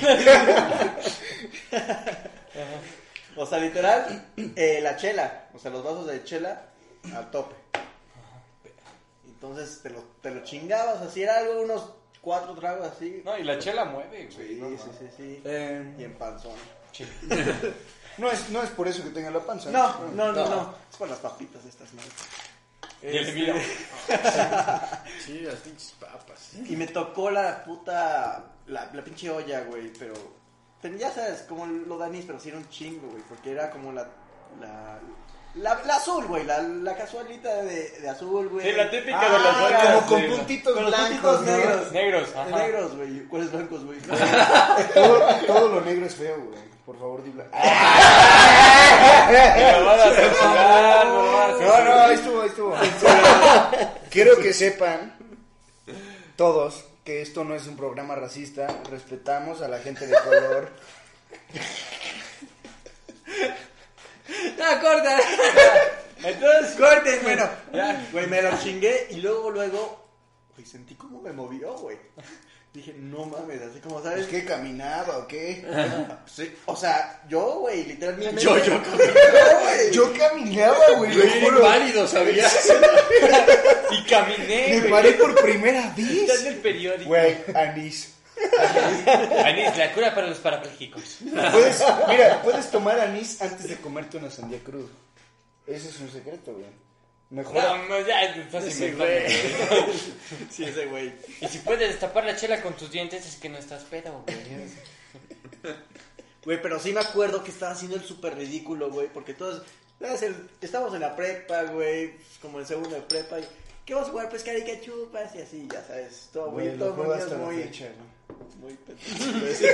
[SPEAKER 2] O sea, literal, eh, la chela. O sea, los vasos de chela al tope. Entonces te lo, te lo chingabas, así era algo, unos cuatro tragos así.
[SPEAKER 4] No, y la chela mueve, güey.
[SPEAKER 2] Sí,
[SPEAKER 4] no,
[SPEAKER 2] sí,
[SPEAKER 4] mames.
[SPEAKER 2] sí, sí.
[SPEAKER 3] Eh,
[SPEAKER 2] Y en panzón.
[SPEAKER 3] no, es, no es por eso que tenga la panza.
[SPEAKER 2] No, no, no, no. Es por las papitas estas, madres.
[SPEAKER 4] Y el vino.
[SPEAKER 5] Sí, las pinches papas.
[SPEAKER 2] Y me tocó la puta. La, la pinche olla, güey, pero. pero ya sabes, como lo de anís, pero sí era un chingo, güey, porque era como la. La, la, la azul, güey, la, la casualita de, de azul, güey.
[SPEAKER 4] Sí, la típica
[SPEAKER 2] Ah,
[SPEAKER 4] de las ollas,
[SPEAKER 3] Como Ah, con
[SPEAKER 4] güey.
[SPEAKER 3] puntitos
[SPEAKER 2] Con los
[SPEAKER 3] blancos,
[SPEAKER 2] puntitos
[SPEAKER 3] ¿no?
[SPEAKER 2] negros.
[SPEAKER 4] Negros,
[SPEAKER 2] De
[SPEAKER 4] ajá.
[SPEAKER 2] negros, güey. ¿Cuáles blancos, güey?
[SPEAKER 3] Todo, todo lo negro es feo, güey. Por favor, dilo.
[SPEAKER 4] Me la van a censurar, me la van a
[SPEAKER 3] No,
[SPEAKER 4] censurar.
[SPEAKER 3] no, ahí estuvo, ahí estuvo. Quiero que sepan todos que esto no es un programa racista. Respetamos a la gente de color.
[SPEAKER 2] ¡No, corta! Entonces, corten, bueno. Ya, güey, me lo chingué y luego, luego, güey, sentí como me movió, güey. Dije, no mames, así como, ¿sabes?
[SPEAKER 3] ¿Es que caminaba o qué?
[SPEAKER 2] Sí, o sea, yo, güey, literalmente.
[SPEAKER 1] Yo, yo,
[SPEAKER 3] Yo caminaba, güey, lo
[SPEAKER 5] Muy
[SPEAKER 3] juro.
[SPEAKER 5] válido, ¿sabías?
[SPEAKER 4] Y caminé,
[SPEAKER 3] Me
[SPEAKER 4] güey.
[SPEAKER 3] paré por primera
[SPEAKER 4] Está en
[SPEAKER 3] vez.
[SPEAKER 4] el periódico.
[SPEAKER 3] Güey, anís.
[SPEAKER 4] Anís, la cura para los parapléjicos.
[SPEAKER 3] Puedes, mira, puedes tomar anís antes de comerte una sandía cruda. Ese es un secreto, güey. Mejor.
[SPEAKER 4] No, no, ya te estás inventando.
[SPEAKER 2] Sí, ese güey.
[SPEAKER 4] Y si puedes destapar la chela con tus dientes, es que no estás pedo, güey.
[SPEAKER 2] Güey, pero sí me acuerdo que estaba haciendo el súper ridículo, güey, porque todos, ¿sabes? El- estamos en la prepa, güey, pues, como en segundo de prepa, y ¿qué vamos a jugar? Pescar y que chupas y así, ya sabes, todo,
[SPEAKER 3] Güey,
[SPEAKER 2] güey,
[SPEAKER 3] lo
[SPEAKER 2] todo
[SPEAKER 3] juego
[SPEAKER 2] muy,
[SPEAKER 3] hasta la
[SPEAKER 2] muy,
[SPEAKER 3] fecha, güey.
[SPEAKER 2] muy pendejo.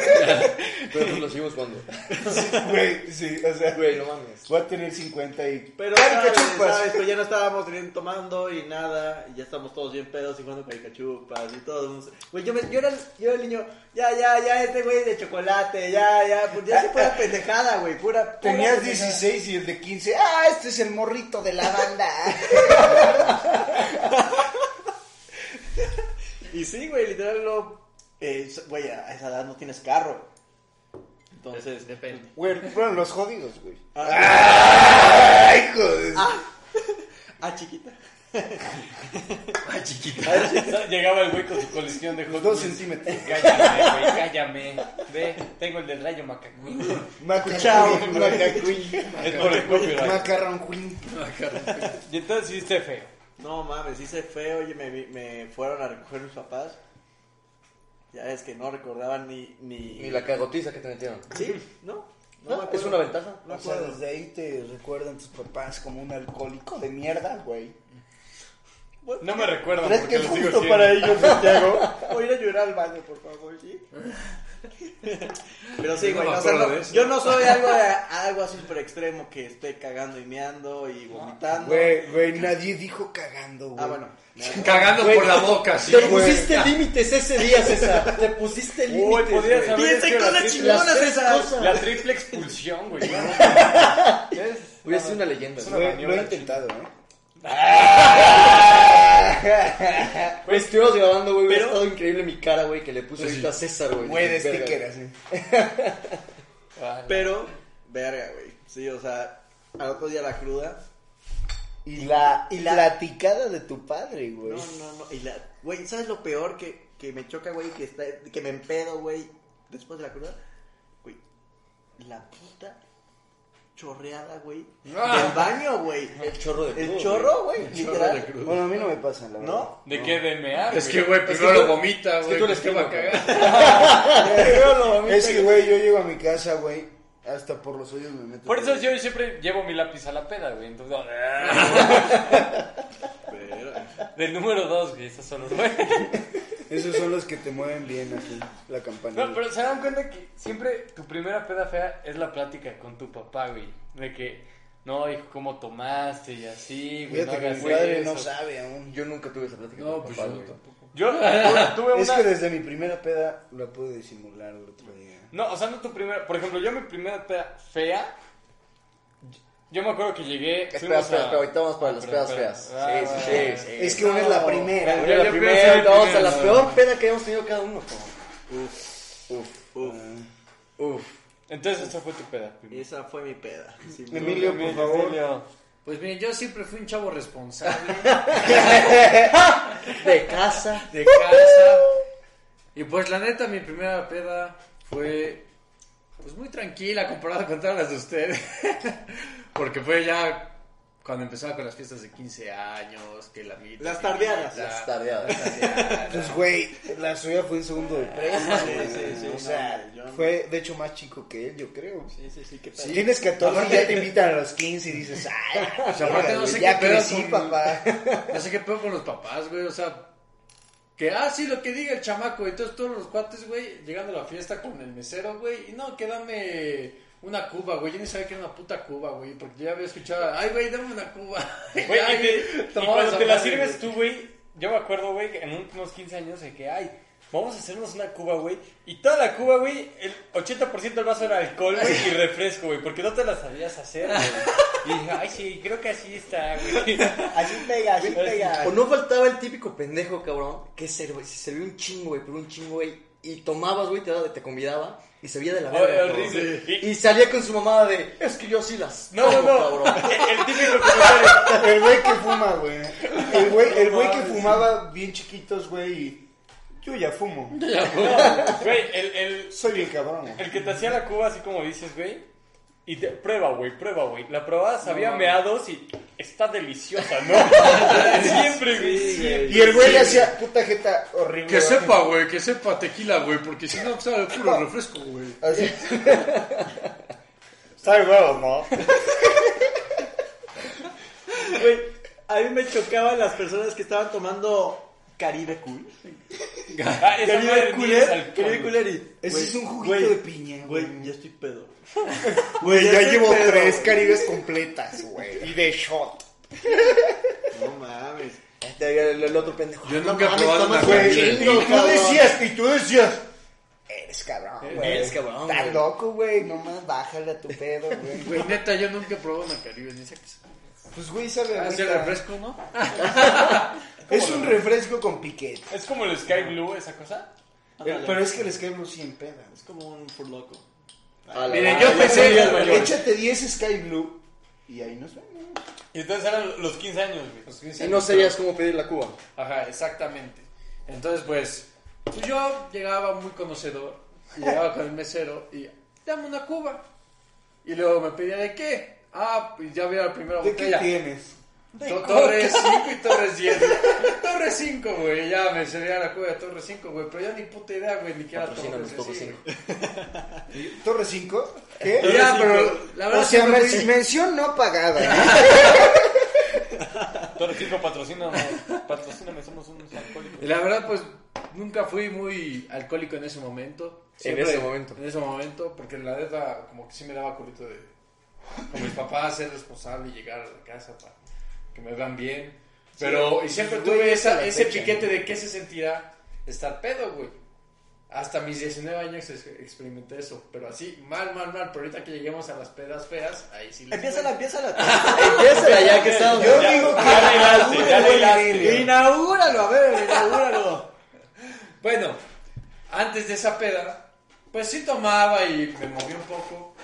[SPEAKER 1] Pero pues lo seguimos jugando.
[SPEAKER 3] Güey, sí, o sea,
[SPEAKER 1] Güey, no mames.
[SPEAKER 3] voy a tener 50 y...
[SPEAKER 2] Pero,
[SPEAKER 3] Carica
[SPEAKER 2] ¿sabes?
[SPEAKER 3] chupas.
[SPEAKER 2] ¿sabes? Pues ya no estábamos ni tomando y nada, y ya estamos todos bien pedos y jugando caricachupas y todo. Güey, yo, me, yo, era, el- yo era el niño, ya, ya, ya, este güey de chocolate, ya, ya, pues ya se pura pendejada, güey, pura, pura
[SPEAKER 3] Ah, Tenías
[SPEAKER 2] pendejada.
[SPEAKER 3] 16 y el de 15. Ah, este es el morrito de la banda.
[SPEAKER 2] Y sí, güey, literal, lo, eh, güey, a esa edad no tienes carro. Entonces,
[SPEAKER 4] Depende.
[SPEAKER 3] Güey, fueron los jodidos, güey.
[SPEAKER 2] Ah,
[SPEAKER 3] Ay, joder.
[SPEAKER 2] ah, chiquita.
[SPEAKER 4] Llegaba el güey con su colección de
[SPEAKER 3] Los
[SPEAKER 4] Hot
[SPEAKER 3] dos
[SPEAKER 4] Wheels.
[SPEAKER 3] centímetros.
[SPEAKER 4] Cállame, güey, cállame. Ve, tengo el del rayo macacuín.
[SPEAKER 3] Macacuí,
[SPEAKER 2] Chao.
[SPEAKER 3] macacuí.
[SPEAKER 4] Es por el copyright.
[SPEAKER 3] Macarrón queen.
[SPEAKER 4] Y entonces sí esté feo.
[SPEAKER 2] No mames, hice feo, oye, me, me fueron a recoger mis papás. Ya es que no recordaban ni... Ni,
[SPEAKER 1] Ni la cagotiza que te metieron.
[SPEAKER 2] Sí, no. no me
[SPEAKER 1] Ah,
[SPEAKER 2] acuerdo.
[SPEAKER 1] es una ventaja.
[SPEAKER 2] No
[SPEAKER 3] O sea,
[SPEAKER 2] acuerdo.
[SPEAKER 3] desde ahí te recuerdan tus papás como un alcohólico de mierda, güey.
[SPEAKER 4] No me recuerdo
[SPEAKER 3] ¿Crees que
[SPEAKER 4] porque lo
[SPEAKER 3] es
[SPEAKER 4] sigo
[SPEAKER 3] justo
[SPEAKER 4] siendo.
[SPEAKER 3] para ellos, Santiago?
[SPEAKER 2] Voy a ir a llorar al baño, por favor, ¿sí? Pero sí, güey,
[SPEAKER 5] Yo no me
[SPEAKER 2] o sea,
[SPEAKER 5] acuerdo
[SPEAKER 2] no-
[SPEAKER 5] de eso.
[SPEAKER 2] yo no soy algo, de- algo así super extremo que esté cagando y meando y vomitando.
[SPEAKER 3] Güey, güey, nadie dijo cagando, güey.
[SPEAKER 2] Ah, bueno.
[SPEAKER 5] Cagando
[SPEAKER 1] Güey,
[SPEAKER 5] por la boca, sí.
[SPEAKER 1] Te pusiste límites ese día, César. Te pusiste
[SPEAKER 4] Uy,
[SPEAKER 1] límites.
[SPEAKER 4] podrías
[SPEAKER 1] güey.
[SPEAKER 4] haber
[SPEAKER 2] Piensa en
[SPEAKER 4] hecho la
[SPEAKER 2] cosas
[SPEAKER 4] triple-
[SPEAKER 2] chingonas,
[SPEAKER 4] las tres
[SPEAKER 2] César.
[SPEAKER 4] cosas. La triple expulsión, güey. ¿no? Es-
[SPEAKER 1] Hubiera sido una leyenda.
[SPEAKER 4] Es una
[SPEAKER 1] güey.
[SPEAKER 3] Güey, lo he
[SPEAKER 4] maniobra
[SPEAKER 3] intentado, ¿eh?
[SPEAKER 1] Güey, estuvimos grabando, güey. Hubiera
[SPEAKER 2] Pero-
[SPEAKER 1] estado increíble mi cara, güey, que le puse ahorita a César, güey.
[SPEAKER 3] Güey, de
[SPEAKER 1] Verga,
[SPEAKER 3] sticker, así.
[SPEAKER 4] Ah,
[SPEAKER 2] Pero, verga, güey. Sí, o sea, al otro día la cruda.
[SPEAKER 3] Y la, y la platicada de tu padre, güey.
[SPEAKER 2] No,
[SPEAKER 5] Pues.
[SPEAKER 2] no, no. Y la, güey, ¿sabes lo peor que, que me choca, güey? Que, está, que me empedo, güey, después de la cruda. Güey, la puta chorreada, güey,
[SPEAKER 5] Ah.
[SPEAKER 2] del baño, güey.
[SPEAKER 1] El chorro de
[SPEAKER 2] El
[SPEAKER 1] crudo,
[SPEAKER 2] chorro, güey,
[SPEAKER 5] Chorro de
[SPEAKER 2] literal.
[SPEAKER 5] crudo.
[SPEAKER 3] Bueno, a mí no me pasa, la verdad.
[SPEAKER 2] ¿No?
[SPEAKER 4] ¿De qué DMA?
[SPEAKER 5] Es que, güey, primero lo vomita, güey.
[SPEAKER 1] tú eres
[SPEAKER 5] pues, ¿Qué va a
[SPEAKER 1] primo, güey.
[SPEAKER 5] cagar?
[SPEAKER 3] Es que, güey, yo llego a mi casa, güey, hasta por los hoyos me meto.
[SPEAKER 4] Por eso yo siempre llevo mi lápiz a la peda, güey. Entonces, del número dos, güey, esos son los buenos.
[SPEAKER 3] Esos son los que te mueven bien, así, la campanita.
[SPEAKER 4] No, pero se dan cuenta que siempre tu primera peda fea es la plática con tu papá, güey. De que, no, hijo, ¿cómo tomaste? Y así, güey, no
[SPEAKER 3] Fíjate que
[SPEAKER 4] hagas
[SPEAKER 3] mi padre
[SPEAKER 4] eso.
[SPEAKER 3] no sabe aún.
[SPEAKER 1] Yo nunca tuve esa plática.
[SPEAKER 5] No,
[SPEAKER 1] con
[SPEAKER 5] pues
[SPEAKER 1] papá,
[SPEAKER 5] yo
[SPEAKER 1] güey.
[SPEAKER 5] tampoco.
[SPEAKER 4] Yo tuve- tuve una...
[SPEAKER 3] Es que desde mi primera peda la pude disimular el otro día.
[SPEAKER 4] No, o sea, no tu primera. Por ejemplo, yo mi primera peda fea. Yo me acuerdo que llegué.
[SPEAKER 1] Espera,
[SPEAKER 4] fuimos
[SPEAKER 1] espera,
[SPEAKER 4] a-
[SPEAKER 1] espera. Ahorita vamos para las
[SPEAKER 4] Espera,
[SPEAKER 1] pedas feas.
[SPEAKER 4] espera. Ah,
[SPEAKER 1] Sí, sí,
[SPEAKER 4] bueno.
[SPEAKER 1] sí, sí.
[SPEAKER 3] Es que una es la primera.
[SPEAKER 1] Yo
[SPEAKER 4] Yo
[SPEAKER 1] la
[SPEAKER 4] pienso
[SPEAKER 1] primera,
[SPEAKER 4] en
[SPEAKER 1] ahorita vamos a
[SPEAKER 4] primero.
[SPEAKER 1] la peor peda que hemos tenido cada uno.
[SPEAKER 2] Uf, uf.
[SPEAKER 3] Ah.
[SPEAKER 1] Uf.
[SPEAKER 4] Entonces, esa fue tu peda.
[SPEAKER 2] Y esa fue mi peda. Sí,
[SPEAKER 3] Emilio, por favor.
[SPEAKER 5] Pues miren, yo siempre fui un chavo responsable
[SPEAKER 1] De casa.
[SPEAKER 5] de casa. Y pues la neta, mi primera peda fue pues muy tranquila comparada con todas las de ustedes. Porque fue ya cuando empezaba con las fiestas de 15 años, que la mitad.
[SPEAKER 2] Las tardeadas.
[SPEAKER 1] Las tardeadas.
[SPEAKER 3] Pues, güey, la suya fue en segundo de prepa.
[SPEAKER 2] Sí,
[SPEAKER 3] güey.
[SPEAKER 2] sí, sí,
[SPEAKER 3] O
[SPEAKER 2] no,
[SPEAKER 3] sea,
[SPEAKER 2] güey, yo no.
[SPEAKER 3] fue de hecho más chico que él, yo creo.
[SPEAKER 2] Sí, sí, sí, qué pedo.
[SPEAKER 3] Si tienes 14 y ya te invitan a los 15 y dices, ay,
[SPEAKER 5] aparte no
[SPEAKER 3] güey,
[SPEAKER 5] sé
[SPEAKER 3] ya
[SPEAKER 5] qué pedo
[SPEAKER 3] crecí,
[SPEAKER 5] con-
[SPEAKER 3] papá.
[SPEAKER 5] No sé qué pedo con los papás, güey. O sea, que, ah, sí, lo que diga el chamaco. Entonces, todos los cuates, güey, llegando a la fiesta con el mesero, güey. Y no, que dame una cuba, güey. Yo ni sabía que era una puta cuba, güey. Porque yo ya había escuchado, ay, güey, dame una cuba.
[SPEAKER 4] Güey,
[SPEAKER 5] Ay,
[SPEAKER 4] y, te- y
[SPEAKER 5] tomabas
[SPEAKER 4] cuando te la
[SPEAKER 5] madre,
[SPEAKER 4] sirves
[SPEAKER 5] güey.
[SPEAKER 4] tú, güey. Yo me acuerdo, güey, que en unos 15 años de que, ay, vamos a hacernos una cuba, güey. Y toda la cuba, güey, el 80% del vaso era alcohol, güey, y refresco, güey. Porque no te la sabías hacer, güey. Y dije, ay, sí, creo que así está, güey.
[SPEAKER 3] Así pega, así pega.
[SPEAKER 1] O no faltaba el típico pendejo, cabrón, que se, se servía un chingo, güey, pero un chingo, güey. Y tomabas, güey, te, daba- te convidaba y se veía de la
[SPEAKER 4] Ay,
[SPEAKER 1] verga. cabrón.
[SPEAKER 4] horrible.
[SPEAKER 1] Y salía con su mamada de, es que yo sí las.
[SPEAKER 4] No, no,
[SPEAKER 1] tomo,
[SPEAKER 4] no.
[SPEAKER 1] cabrón".
[SPEAKER 4] El típico comentario.
[SPEAKER 3] El güey que fuma, güey. El güey, el güey que fumaba bien chiquitos, güey. y Yo ya fumo.
[SPEAKER 4] No, güey, el, el,
[SPEAKER 3] Soy bien cabrón, güey.
[SPEAKER 4] el que te hacía la cuba, así como dices, güey. Y te, prueba, güey, prueba, güey. La probada sabía meados y está deliciosa, ¿no? siempre, güey. siempre.
[SPEAKER 3] Y el güey le hacía puta jeta horrible.
[SPEAKER 5] Que sepa, güey, que sepa tequila, güey, porque si no sabe puro refresco, güey.
[SPEAKER 3] Así. Sabe huevos, ¿no?
[SPEAKER 2] Güey, a mí me chocaban las personas que estaban tomando Caribe Cool.
[SPEAKER 4] Ah, esa madre
[SPEAKER 2] Caribe
[SPEAKER 4] ni es
[SPEAKER 2] Cooler,
[SPEAKER 4] alcohol,
[SPEAKER 2] Caribe
[SPEAKER 4] güey.
[SPEAKER 2] Cooler y...
[SPEAKER 3] Ese
[SPEAKER 2] güey,
[SPEAKER 3] es un juguito
[SPEAKER 2] güey,
[SPEAKER 3] de piña, güey.
[SPEAKER 2] Güey, ya estoy pedo.
[SPEAKER 3] Güey,
[SPEAKER 2] Ya
[SPEAKER 3] ya
[SPEAKER 2] estoy
[SPEAKER 3] llevo
[SPEAKER 2] pedo,
[SPEAKER 3] tres
[SPEAKER 2] güey.
[SPEAKER 3] caribes completas, güey. Y de shot.
[SPEAKER 2] No mames.
[SPEAKER 1] El, el otro pendejo. "Ah,
[SPEAKER 5] Yo
[SPEAKER 1] "No
[SPEAKER 5] nunca he
[SPEAKER 1] mames,
[SPEAKER 5] probado
[SPEAKER 1] tomas
[SPEAKER 5] una
[SPEAKER 1] un
[SPEAKER 5] Caribe.
[SPEAKER 3] Güey, y
[SPEAKER 1] chingo,
[SPEAKER 3] tú
[SPEAKER 1] cabrón".
[SPEAKER 3] decías, y tú decías. Eres cabrón, güey.
[SPEAKER 1] Eres cabrón,
[SPEAKER 3] Estás
[SPEAKER 1] güey.
[SPEAKER 3] loco, güey. Nomás bájale a tu pedo, güey.
[SPEAKER 5] Güey, neta, yo nunca he probado una Caribe, ni sé qué es.
[SPEAKER 3] Pues, güey, sabe
[SPEAKER 5] Ah, sí,
[SPEAKER 3] ahorita.
[SPEAKER 5] refresco, ¿no?
[SPEAKER 3] Es un refresco con piquete.
[SPEAKER 4] Es como el Sky Blue, esa cosa.
[SPEAKER 5] Ah,
[SPEAKER 2] Ándale.
[SPEAKER 3] Pero es que les quedan los 100 pedas.
[SPEAKER 2] Es como un furloco.
[SPEAKER 1] A la
[SPEAKER 5] Miren,
[SPEAKER 1] verga.
[SPEAKER 5] yo pensé.
[SPEAKER 3] Échate 10 Sky Blue y ahí nos vemos.
[SPEAKER 4] Y entonces eran los 15 años, güey.
[SPEAKER 1] Y no sabías cómo pedir la cuba.
[SPEAKER 5] Ajá, exactamente. Entonces, pues, pues yo llegaba muy conocedor, y llegaba con el mesero y dame una cuba. Y luego me pedía de qué. Ah, pues ya había la primera
[SPEAKER 3] ¿De qué
[SPEAKER 5] botella.
[SPEAKER 3] tienes?
[SPEAKER 5] To- Torres 5 y Torres 10. Torres 5, güey. Ya me servía la cuba de Torres 5, güey. Pero ya ni puta idea, güey, ni que era Torres
[SPEAKER 1] Patrocínanos, Coco
[SPEAKER 5] sí,
[SPEAKER 1] Cinco.
[SPEAKER 5] güey.
[SPEAKER 3] ¿Torre 5? ¿Qué?
[SPEAKER 5] Y Ya, pero la verdad
[SPEAKER 3] O sea,
[SPEAKER 5] es que me
[SPEAKER 3] men-
[SPEAKER 5] fui-
[SPEAKER 3] mención no pagada.
[SPEAKER 4] Torcico, patrocíname. Patrocíname, somos unos alcohólicos.
[SPEAKER 5] Y La verdad, pues nunca fui muy alcohólico en ese momento.
[SPEAKER 1] ese momento.
[SPEAKER 5] En ese momento, porque la neta, como que sí me daba culito de. Con mis papás, ser responsable y llegar a la casa para que me vean bien. Pero, y siempre
[SPEAKER 3] güey,
[SPEAKER 5] tuve
[SPEAKER 3] esa
[SPEAKER 5] esa-
[SPEAKER 3] la
[SPEAKER 5] ese
[SPEAKER 3] fecha,
[SPEAKER 5] piquete de qué se sentirá estar pedo, güey. Hasta mis 19 años ex- experimenté eso. Pero así, mal, mal, mal. Pero ahorita que lleguemos a las pedas feas, ahí sí les
[SPEAKER 2] Empiezala, empiezala.
[SPEAKER 1] Empieza ya que estamos.
[SPEAKER 3] Yo digo que
[SPEAKER 4] Ya arreglaste, ya arreglaste.
[SPEAKER 2] Inaugúralo, a ver, inaugúralo.
[SPEAKER 5] Bueno, antes de esa peda, pues sí tomaba y me movía un poco.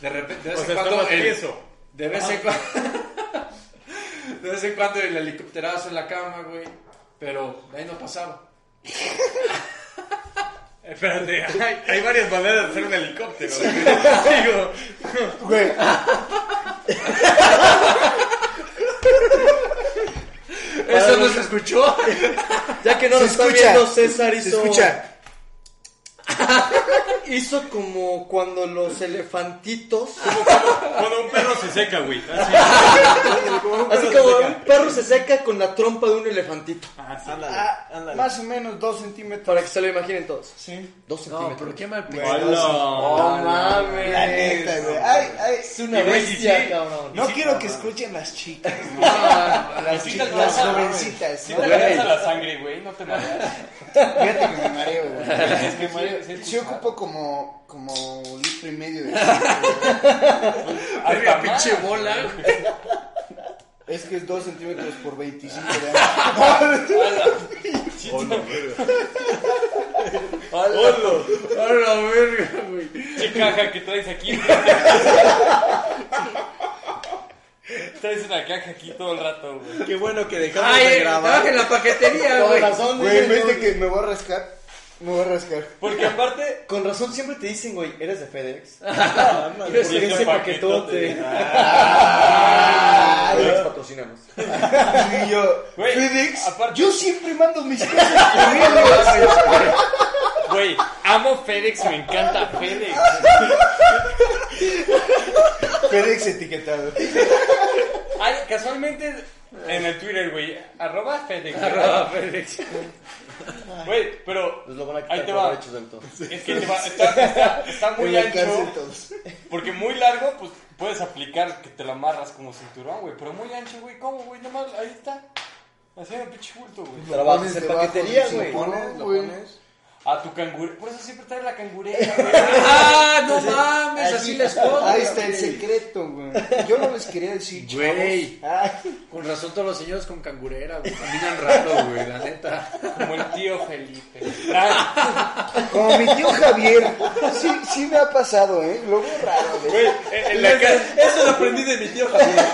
[SPEAKER 5] De repente, de vez
[SPEAKER 4] O
[SPEAKER 5] en
[SPEAKER 4] sea,
[SPEAKER 5] cuando.
[SPEAKER 4] estabas
[SPEAKER 5] el-
[SPEAKER 4] tieso. Ah.
[SPEAKER 5] de vez en cuando. de vez en cuando el helicópterazo en la cama, güey. Pero de ahí no pasaba.
[SPEAKER 4] Espérate, hay, hay varias maneras de hacer un helicóptero. güey. Digo,
[SPEAKER 3] Güey,
[SPEAKER 5] Eso no se escuchó.
[SPEAKER 1] Ya que no
[SPEAKER 3] Se
[SPEAKER 1] lo está
[SPEAKER 3] escucha,
[SPEAKER 1] viendo, César
[SPEAKER 3] se
[SPEAKER 1] hizo.
[SPEAKER 3] escucha.
[SPEAKER 1] Hizo como cuando los elefantitos.
[SPEAKER 4] cuando un perro se seca, güey. Así.
[SPEAKER 1] Así como un perro se seca con la trompa de un elefantito.
[SPEAKER 2] Ándale,
[SPEAKER 3] Ah,
[SPEAKER 2] ándale.
[SPEAKER 3] Más o menos 2 centímetros.
[SPEAKER 1] Para que se lo imaginen todos.
[SPEAKER 3] Sí.
[SPEAKER 1] Dos
[SPEAKER 5] No,
[SPEAKER 1] centímetros.
[SPEAKER 5] pero qué mal
[SPEAKER 4] Hola.
[SPEAKER 1] No mames.
[SPEAKER 3] La neta, güey. Ay, ay.
[SPEAKER 1] Es una
[SPEAKER 4] Y güey, sí,
[SPEAKER 1] bestia,
[SPEAKER 4] sí.
[SPEAKER 1] cabrón.
[SPEAKER 3] No quiero que escuchen las chicas. Las
[SPEAKER 4] sí te
[SPEAKER 3] chicas, las
[SPEAKER 4] alcanza,
[SPEAKER 3] jovencitas,
[SPEAKER 4] Si
[SPEAKER 3] ¿no?
[SPEAKER 4] te alcanza la sangre, güey, no te mareas.
[SPEAKER 3] Fíjate que me mareo, güey.
[SPEAKER 4] que
[SPEAKER 3] Me mareo.
[SPEAKER 4] sí, sí,
[SPEAKER 3] Sí ocupo como, como litro y medio de chile,
[SPEAKER 4] Hasta
[SPEAKER 5] pinche
[SPEAKER 4] más.
[SPEAKER 5] bola.
[SPEAKER 3] güey. Es que es 2 centímetros por 25 de ancho.
[SPEAKER 4] Hola.
[SPEAKER 5] A la verga, güey.
[SPEAKER 4] Che caja que traes aquí. traes una caja aquí todo el rato, güey.
[SPEAKER 2] Qué bueno que dejamos de
[SPEAKER 5] Ay, eh,
[SPEAKER 2] grabar.
[SPEAKER 5] trabaja en la paquetería,
[SPEAKER 1] Con
[SPEAKER 5] güey.
[SPEAKER 1] razón,
[SPEAKER 3] Güey, en
[SPEAKER 1] dicen,
[SPEAKER 3] vez de
[SPEAKER 1] güey.
[SPEAKER 3] que me voy a rascar, me voy a rascar.
[SPEAKER 4] Porque aparte,
[SPEAKER 1] Con razón siempre te dicen, güey, eres de FedEx.
[SPEAKER 2] Ándale.
[SPEAKER 1] Porque
[SPEAKER 4] ese
[SPEAKER 1] ese
[SPEAKER 4] paquetote.
[SPEAKER 1] paquetote.
[SPEAKER 3] Ah.
[SPEAKER 1] FedEx patrocinamos.
[SPEAKER 3] Y yo,
[SPEAKER 4] Güey,
[SPEAKER 3] FedEx,
[SPEAKER 4] aparte-
[SPEAKER 3] yo siempre mando mis cosas.
[SPEAKER 4] güey, amo FedEx, me encanta FedEx.
[SPEAKER 3] FedEx etiquetado.
[SPEAKER 4] Ay, casualmente en el Twitter, güey, arroba FedEx. güey. Güey, pero
[SPEAKER 1] Pues lo van a quitar
[SPEAKER 4] ahí te
[SPEAKER 1] por
[SPEAKER 4] va.
[SPEAKER 1] derechos de autor.
[SPEAKER 4] Es que te va- está, está- está
[SPEAKER 3] En
[SPEAKER 4] muy
[SPEAKER 3] la cárcel
[SPEAKER 4] ancho.
[SPEAKER 3] todos.
[SPEAKER 4] Porque muy largo, pues puedes aplicar que te lo amarras como cinturón, güey. Pero muy ancho, güey, ¿cómo, güey? Nomás ahí está. Haciendo un pinche bulto, güey.
[SPEAKER 1] Trabajas en
[SPEAKER 3] debajo,
[SPEAKER 1] paquetería,
[SPEAKER 3] se
[SPEAKER 1] güey.
[SPEAKER 3] Lo pones, lo
[SPEAKER 1] güey.
[SPEAKER 3] pones.
[SPEAKER 4] A tu cangure. Por eso siempre traes la cangurera, güey.
[SPEAKER 5] Ah, no mames, así,
[SPEAKER 6] les puedo.
[SPEAKER 3] Ahí está el secreto, güey. Yo no les quería decir, chavos.
[SPEAKER 5] Güey.
[SPEAKER 3] Ay,
[SPEAKER 5] Con razón todos los señores con cangurera, güey. Caminan raro, güey, la neta.
[SPEAKER 4] Como el tío Felipe.
[SPEAKER 3] como mi tío Javier. Sí, sí me ha pasado, ¿eh? Lo veo raro, güey.
[SPEAKER 4] Güey, en, en la casa,
[SPEAKER 2] Eso lo aprendí de mi tío Javier.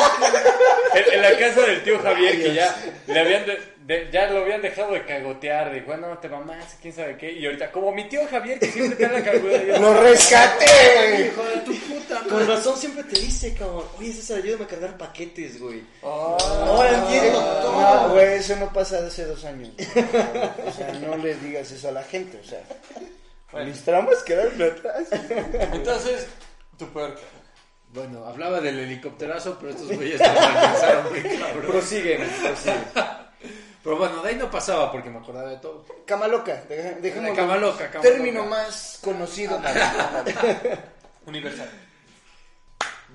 [SPEAKER 4] en, en la casa del tío Javier, que ya, le habían de- de- ya lo habían dejado de cagotear. Dijo, "Ah, no, te mamás, quién sabe qué. Y ahorita, como mi tío Javier, que siempre te da la cangurera. yo,
[SPEAKER 3] Lo rescaté.
[SPEAKER 5] Hijo de tu puta.
[SPEAKER 1] Con razón siempre te dice, cabrón. Oye, César, ayúdame a cargar paquetes, güey.
[SPEAKER 3] Ah.
[SPEAKER 1] Ahora entiendo
[SPEAKER 3] Eh, No,
[SPEAKER 1] todo.
[SPEAKER 3] güey, eso no pasa de hace dos años. güey. O sea, no le digas eso a la gente, o sea. Mis tramas quedaron atrás.
[SPEAKER 4] Entonces, tu peor.
[SPEAKER 5] Bueno, hablaba del helicópterazo, pero estos güeyes no alcanzaron muy cabrón.
[SPEAKER 1] Prosigue, prosigue.
[SPEAKER 5] Pero bueno, de ahí no pasaba porque me acordaba de todo.
[SPEAKER 3] Cama loca, deja- dejémoslo.
[SPEAKER 5] De cama loca, cama
[SPEAKER 3] Término
[SPEAKER 5] loca.
[SPEAKER 3] más conocido.
[SPEAKER 4] Universal.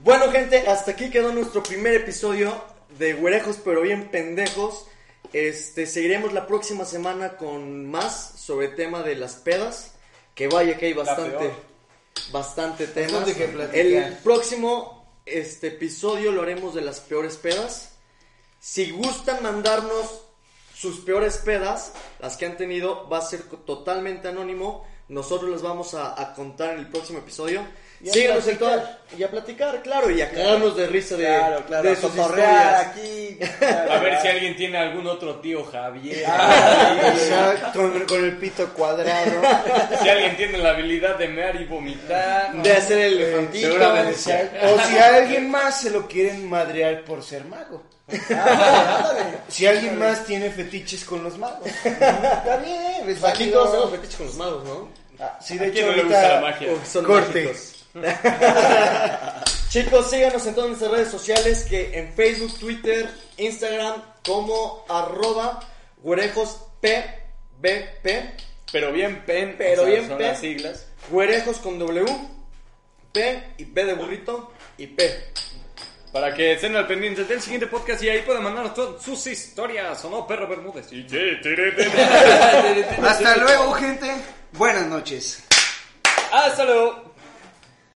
[SPEAKER 1] Bueno, gente, hasta aquí quedó nuestro primer episodio de Güerejos, pero bien pendejos. Este, seguiremos la próxima semana con más sobre el tema de las pedas. Que vaya que hay bastante,
[SPEAKER 4] peor.
[SPEAKER 1] bastante temas.
[SPEAKER 3] Bastante que platicar.
[SPEAKER 1] el próximo este, episodio lo haremos de las peores pedas. Si gustan mandarnos sus peores pedas, las que han tenido, va a ser co- totalmente anónimo. Nosotros las vamos a, a contar en el próximo episodio.
[SPEAKER 3] Y a
[SPEAKER 1] Síganos en
[SPEAKER 3] platicar.
[SPEAKER 1] todas. Y a platicar, claro, y a cagarnos de risa de,
[SPEAKER 3] Claro, claro.
[SPEAKER 1] de
[SPEAKER 3] a
[SPEAKER 1] sus
[SPEAKER 3] cotorrear
[SPEAKER 1] historias.
[SPEAKER 3] aquí.
[SPEAKER 2] Ah,
[SPEAKER 4] A ver si alguien tiene algún otro tío Javier.
[SPEAKER 3] Ah, Exacto, Con, con el pito cuadrado.
[SPEAKER 4] Si alguien tiene la habilidad de mear y vomitar.
[SPEAKER 1] De hacer el elefantito.
[SPEAKER 5] seguramente.
[SPEAKER 3] O si a alguien más se lo quieren madrear por ser mago. Si alguien más tiene fetiches con los magos. Está bien, es
[SPEAKER 1] Aquí todos
[SPEAKER 3] válido.
[SPEAKER 1] hacemos fetiches con los magos, ¿no?
[SPEAKER 3] Ah, Sí, de
[SPEAKER 4] ¿A
[SPEAKER 3] hecho,
[SPEAKER 4] quién no le gusta la
[SPEAKER 3] ahorita
[SPEAKER 4] magia?
[SPEAKER 1] Porque son
[SPEAKER 3] Corte.
[SPEAKER 1] mágicos. Chicos, síganos en todas nuestras redes sociales que en Facebook, Twitter, Instagram como arroba güerejos PBP,
[SPEAKER 4] Pero bien pen.
[SPEAKER 1] Pero
[SPEAKER 4] o sea,
[SPEAKER 1] bien
[SPEAKER 4] son
[SPEAKER 1] pen.
[SPEAKER 4] las siglas.
[SPEAKER 1] güerejos con W, P y P de burrito y P.
[SPEAKER 4] Para que estén al pendiente del siguiente podcast y ahí puedan mandarnos todas sus historias. ¿O no, perro Bermúdez? Y-
[SPEAKER 3] Hasta luego, gente. Buenas noches.
[SPEAKER 4] Hasta luego.